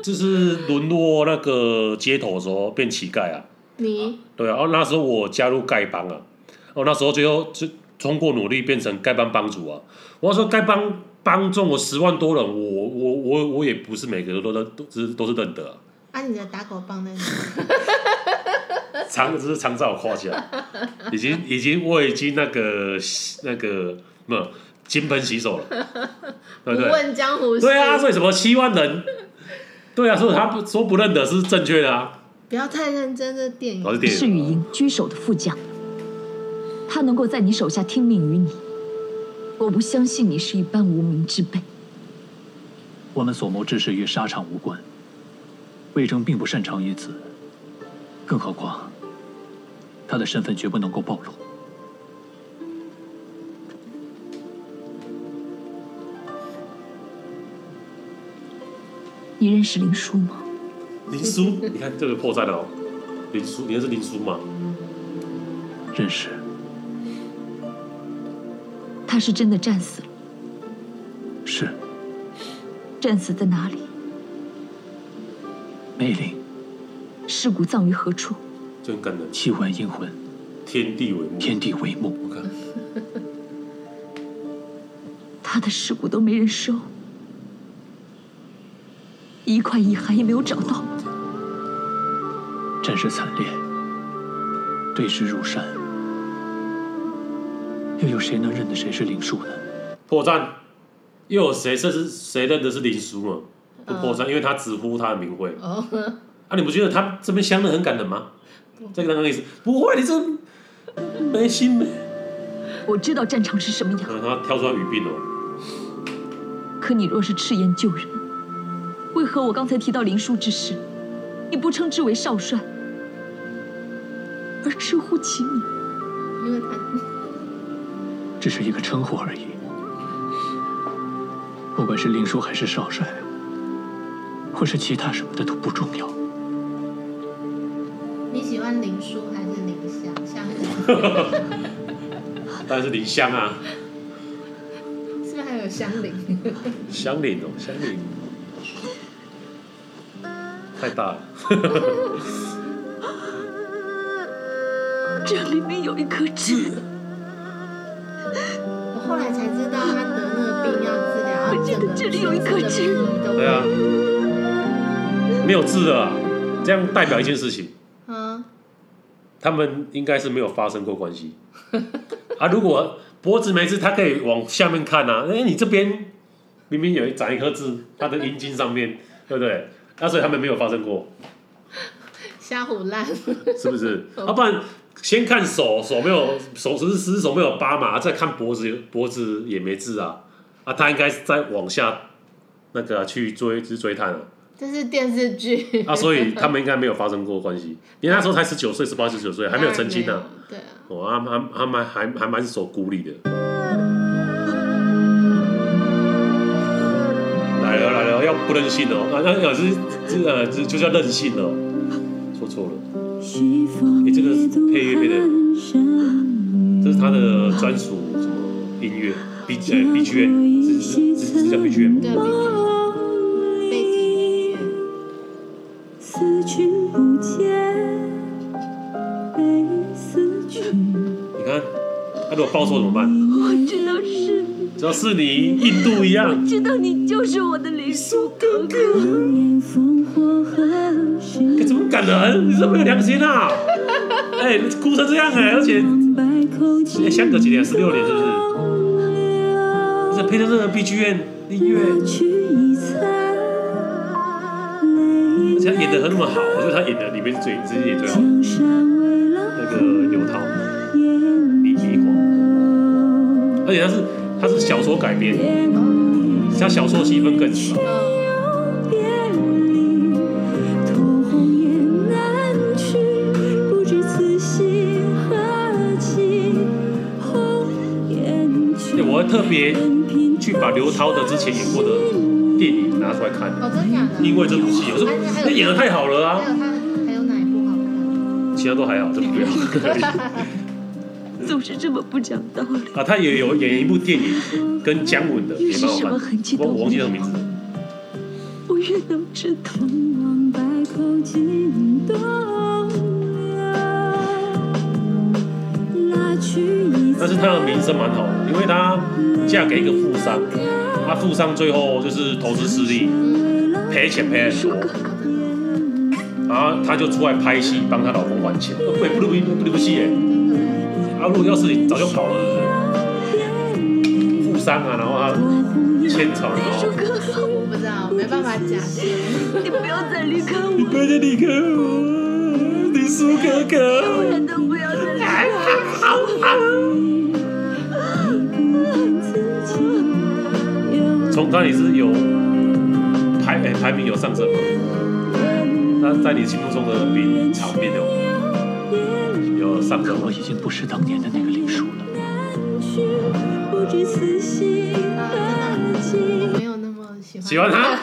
[SPEAKER 1] 就是沦落那个街头的时候变乞丐啊，
[SPEAKER 2] 你
[SPEAKER 1] 对啊，哦那时候我加入丐帮啊，哦那时候最后就通过努力变成丐帮帮主啊。我要说丐帮帮中我十万多人，我我我我也不是每个都认都是都是认得、啊，
[SPEAKER 2] 啊，你的打狗棒在哪？
[SPEAKER 1] 常只是常在我夸奖，已经已经我已经那个那个没有金盆洗手了，
[SPEAKER 2] 不
[SPEAKER 1] 对不对？
[SPEAKER 2] 问江湖事。
[SPEAKER 1] 对啊，所以什么七万人？对啊，所以他不说不认得是正确的啊。
[SPEAKER 2] 不要太认真，这电
[SPEAKER 1] 老是
[SPEAKER 2] 影。
[SPEAKER 1] 电
[SPEAKER 5] 是啊
[SPEAKER 1] 影
[SPEAKER 5] 羽营居首的副将，他能够在你手下听命于你，我不相信你是一般无名之辈。
[SPEAKER 3] 我们所谋之事与沙场无关。魏征并不擅长于此，更何况他的身份绝不能够暴露。
[SPEAKER 5] 你认识林殊吗？
[SPEAKER 1] 林叔，你看这个破绽了哦。林叔，你认识林叔吗？
[SPEAKER 3] 认识
[SPEAKER 5] 他是真的战死了，
[SPEAKER 3] 是
[SPEAKER 5] 战死在哪里？
[SPEAKER 3] 梅林
[SPEAKER 5] 尸骨葬于何处？
[SPEAKER 1] 就很感人，
[SPEAKER 3] 七环阴魂，
[SPEAKER 1] 天地为幕。
[SPEAKER 3] 天地为幕。
[SPEAKER 1] 我看
[SPEAKER 5] 他的尸骨都没人收，一块遗骸也没有找到。
[SPEAKER 3] 战事惨烈，对峙如山，又有谁能认得谁是林殊呢？
[SPEAKER 1] 破绽，又有谁这是谁认得是林叔吗？不破绽，因为他直呼他的名讳。
[SPEAKER 2] 哦，
[SPEAKER 1] 啊，你不觉得他这边香的很感人吗？这个那个意思，不会，你这没心没。
[SPEAKER 5] 我知道战场是什么样，
[SPEAKER 1] 然后他挑出来语病哦，
[SPEAKER 5] 可你若是赤焰救人，为何我刚才提到林殊之事，你不称之为少帅，而直呼其名？
[SPEAKER 2] 因为他
[SPEAKER 3] 只是一个称呼而已。不管是令叔还是少帅，或是其他什么的都不重要。
[SPEAKER 2] 你喜欢林叔还是林湘？ 湘是
[SPEAKER 1] 当然是林香啊，
[SPEAKER 2] 不是还有香菱？
[SPEAKER 1] 香菱哦，香菱，太大了。
[SPEAKER 5] 这明明有一颗痣。
[SPEAKER 2] 我后来才知道他得那个病要治疗，
[SPEAKER 5] 我记得这里有一颗痣
[SPEAKER 1] 对啊，没有治的啊，这样代表一件事情，
[SPEAKER 2] 嗯，
[SPEAKER 1] 他们应该是没有发生过关系啊。如果脖子没痣，他可以往下面看啊，哎，你这边明明有一长一颗痣，他的阴茎上面，对不对？那所以他们没有发生过，
[SPEAKER 2] 瞎胡烂。
[SPEAKER 1] 是不是？
[SPEAKER 2] 哦
[SPEAKER 1] 要、不然先看手，手没有手只是只是手没有疤嘛，再看脖子，脖子也没痣啊，啊，他应该是再往下那个啊、去追，去追探啊，
[SPEAKER 2] 这是电视剧
[SPEAKER 1] 啊，所以他们应该没有发生过关系，因为那时候才十九岁，十八十九岁， 还没有成亲呢、啊，
[SPEAKER 2] 当然没有对啊，
[SPEAKER 1] 哦，他们他们还还还蛮守古礼的。来了来了，要不任性哦，啊，那要是这呃这就叫任性哦，说错了，
[SPEAKER 6] 西风
[SPEAKER 1] 你这
[SPEAKER 6] 夜
[SPEAKER 1] 个
[SPEAKER 6] 渡
[SPEAKER 1] 配乐配得
[SPEAKER 6] 寒山
[SPEAKER 1] 这
[SPEAKER 6] 雨，
[SPEAKER 1] 是他的专属什么音乐 B 呃 BGM 是是是是叫 BGM 吗
[SPEAKER 2] 对，背景音乐，
[SPEAKER 6] 思君不见，被思君
[SPEAKER 1] 你看，他如果报错怎么办？
[SPEAKER 5] 我知道是，
[SPEAKER 1] 只要是你印度一样，
[SPEAKER 5] 知道你就是我的灵珠哥哥。
[SPEAKER 6] 年烽火何时？
[SPEAKER 1] 哎怎么敢人？你是没有良心啊！哎、哭成这样哎、而且
[SPEAKER 6] 百口
[SPEAKER 1] 哎
[SPEAKER 6] 千
[SPEAKER 1] 相隔几年，十六年是不是？
[SPEAKER 6] 流。
[SPEAKER 1] 这配着这个 BGM 音乐，
[SPEAKER 6] 去已残，
[SPEAKER 1] 而且
[SPEAKER 6] 泪
[SPEAKER 1] 他演的很那么好，我觉得他演的里面最自己也最好，
[SPEAKER 6] 江山未老，
[SPEAKER 1] 那个刘涛
[SPEAKER 6] 烟
[SPEAKER 1] 李怡华，而且他是他是小说改编，
[SPEAKER 6] 天空
[SPEAKER 1] 他小说戏份更少。
[SPEAKER 2] 嗯，
[SPEAKER 6] 有别离，托鸿雁南去，不知此心何寄。鸿雁去
[SPEAKER 1] 哎，我还特别
[SPEAKER 6] 任凭
[SPEAKER 1] 去把刘涛的之前演过的电影拿出来看，
[SPEAKER 2] 哦，真假的？
[SPEAKER 1] 因为这部戏，我说那演的太好了啊
[SPEAKER 2] 哎还。有他还有哪一部好看？
[SPEAKER 1] 其他都还好，这不要可以
[SPEAKER 5] 总是这么不讲道理。
[SPEAKER 1] 啊。他也有演一部电影，跟姜文的
[SPEAKER 5] 又
[SPEAKER 1] 也
[SPEAKER 5] 是
[SPEAKER 1] 蛮好
[SPEAKER 5] 什么
[SPEAKER 1] 看的，
[SPEAKER 5] 痕迹都
[SPEAKER 1] 我我忘记
[SPEAKER 5] 没
[SPEAKER 1] 那
[SPEAKER 5] 有
[SPEAKER 1] 个名字了。
[SPEAKER 5] 我越能知道，
[SPEAKER 6] 通往百口尽东流，拉去一
[SPEAKER 1] 但是她的名声蛮好的，因为她嫁给一个富商，她富商最后就是投资失利，赔钱赔很多，然后她就出来拍戏帮她老公还钱，呃不不不不不戏耶，
[SPEAKER 2] 真的耶，
[SPEAKER 1] 啊如果要是你早就跑了，是不是？富商啊，然后她欠草，然
[SPEAKER 2] 哎
[SPEAKER 1] 后
[SPEAKER 5] 朱哥，
[SPEAKER 2] 我不知道，没办法假设。
[SPEAKER 5] 你不要再离开我，
[SPEAKER 1] 不要再离开我，李叔哥
[SPEAKER 5] 永
[SPEAKER 1] 哥。
[SPEAKER 5] 远都不要再离开我。
[SPEAKER 6] 自己，有
[SPEAKER 1] 从那里是有排诶、排名有上升吗？那在你心目中的名场面有有上
[SPEAKER 3] 可
[SPEAKER 1] 升吗
[SPEAKER 3] 我？已经不是当年的那个林叔了。
[SPEAKER 6] 去，不知此心何寄。
[SPEAKER 2] 没有那么喜欢。
[SPEAKER 1] 喜欢 他？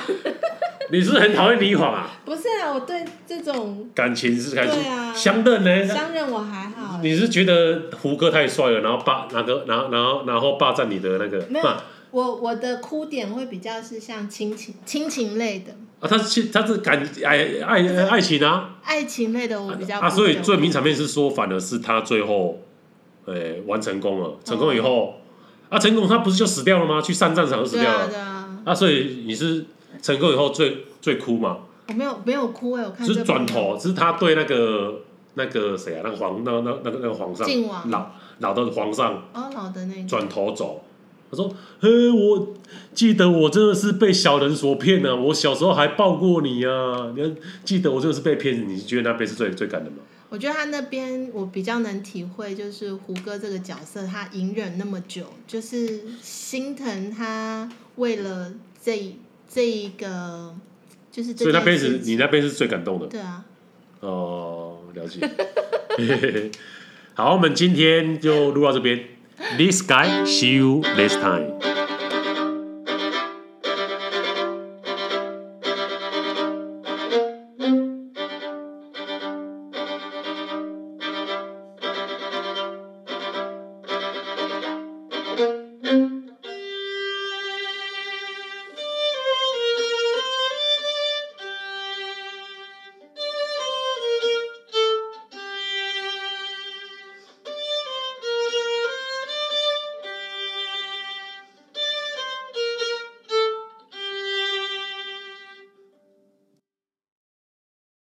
[SPEAKER 1] 你是不是很讨厌李晃啊？
[SPEAKER 2] 不是啊，我对这种
[SPEAKER 1] 感情是感情、
[SPEAKER 2] 对啊
[SPEAKER 1] 相认呢？
[SPEAKER 2] 相认我还好。
[SPEAKER 1] 你是觉得胡歌太帅了，然后霸那个，然后然后然后霸占你的那个
[SPEAKER 2] 没有
[SPEAKER 1] 那啊？
[SPEAKER 2] 我我的哭点会比较是像亲情亲情类的，
[SPEAKER 1] 啊他是他是感爱爱爱情啊
[SPEAKER 2] 爱情类的我比较
[SPEAKER 1] 啊！所以
[SPEAKER 2] 哭点
[SPEAKER 1] 最名场面是说，反而是他最后，诶、完成功了，成功以
[SPEAKER 2] 哦
[SPEAKER 1] 后，啊，成功他不是就死掉了吗？去上战场就死
[SPEAKER 2] 对
[SPEAKER 1] 掉了
[SPEAKER 2] 啊。对啊，
[SPEAKER 1] 啊，所以你是成功以后最最哭嘛？
[SPEAKER 2] 我没有没有哭哎，我看
[SPEAKER 1] 只
[SPEAKER 2] 这
[SPEAKER 1] 是
[SPEAKER 2] 部
[SPEAKER 1] 转头，只是他对那个那个谁啊，那个皇那那那个那个皇上
[SPEAKER 2] 靖王
[SPEAKER 1] 老老的皇上
[SPEAKER 2] 哦老的那个，
[SPEAKER 1] 转头走，他说：“嘿，我记得我真的是被小人所骗啊，我小时候还抱过你啊，你看记得我真的是被骗，你觉得那边是最最感人吗？
[SPEAKER 2] 我觉得他那边我比较能体会，就是胡歌这个角色，他隐忍那么久，就是心疼他为了这一这一个就是这
[SPEAKER 1] 所以那
[SPEAKER 2] 件
[SPEAKER 1] 边
[SPEAKER 2] 事
[SPEAKER 1] 是
[SPEAKER 2] 情
[SPEAKER 1] 你那边是最感动的。”
[SPEAKER 2] 对啊，
[SPEAKER 1] 哦，了解。好，我们今天就录到这边。This guy, see you next time.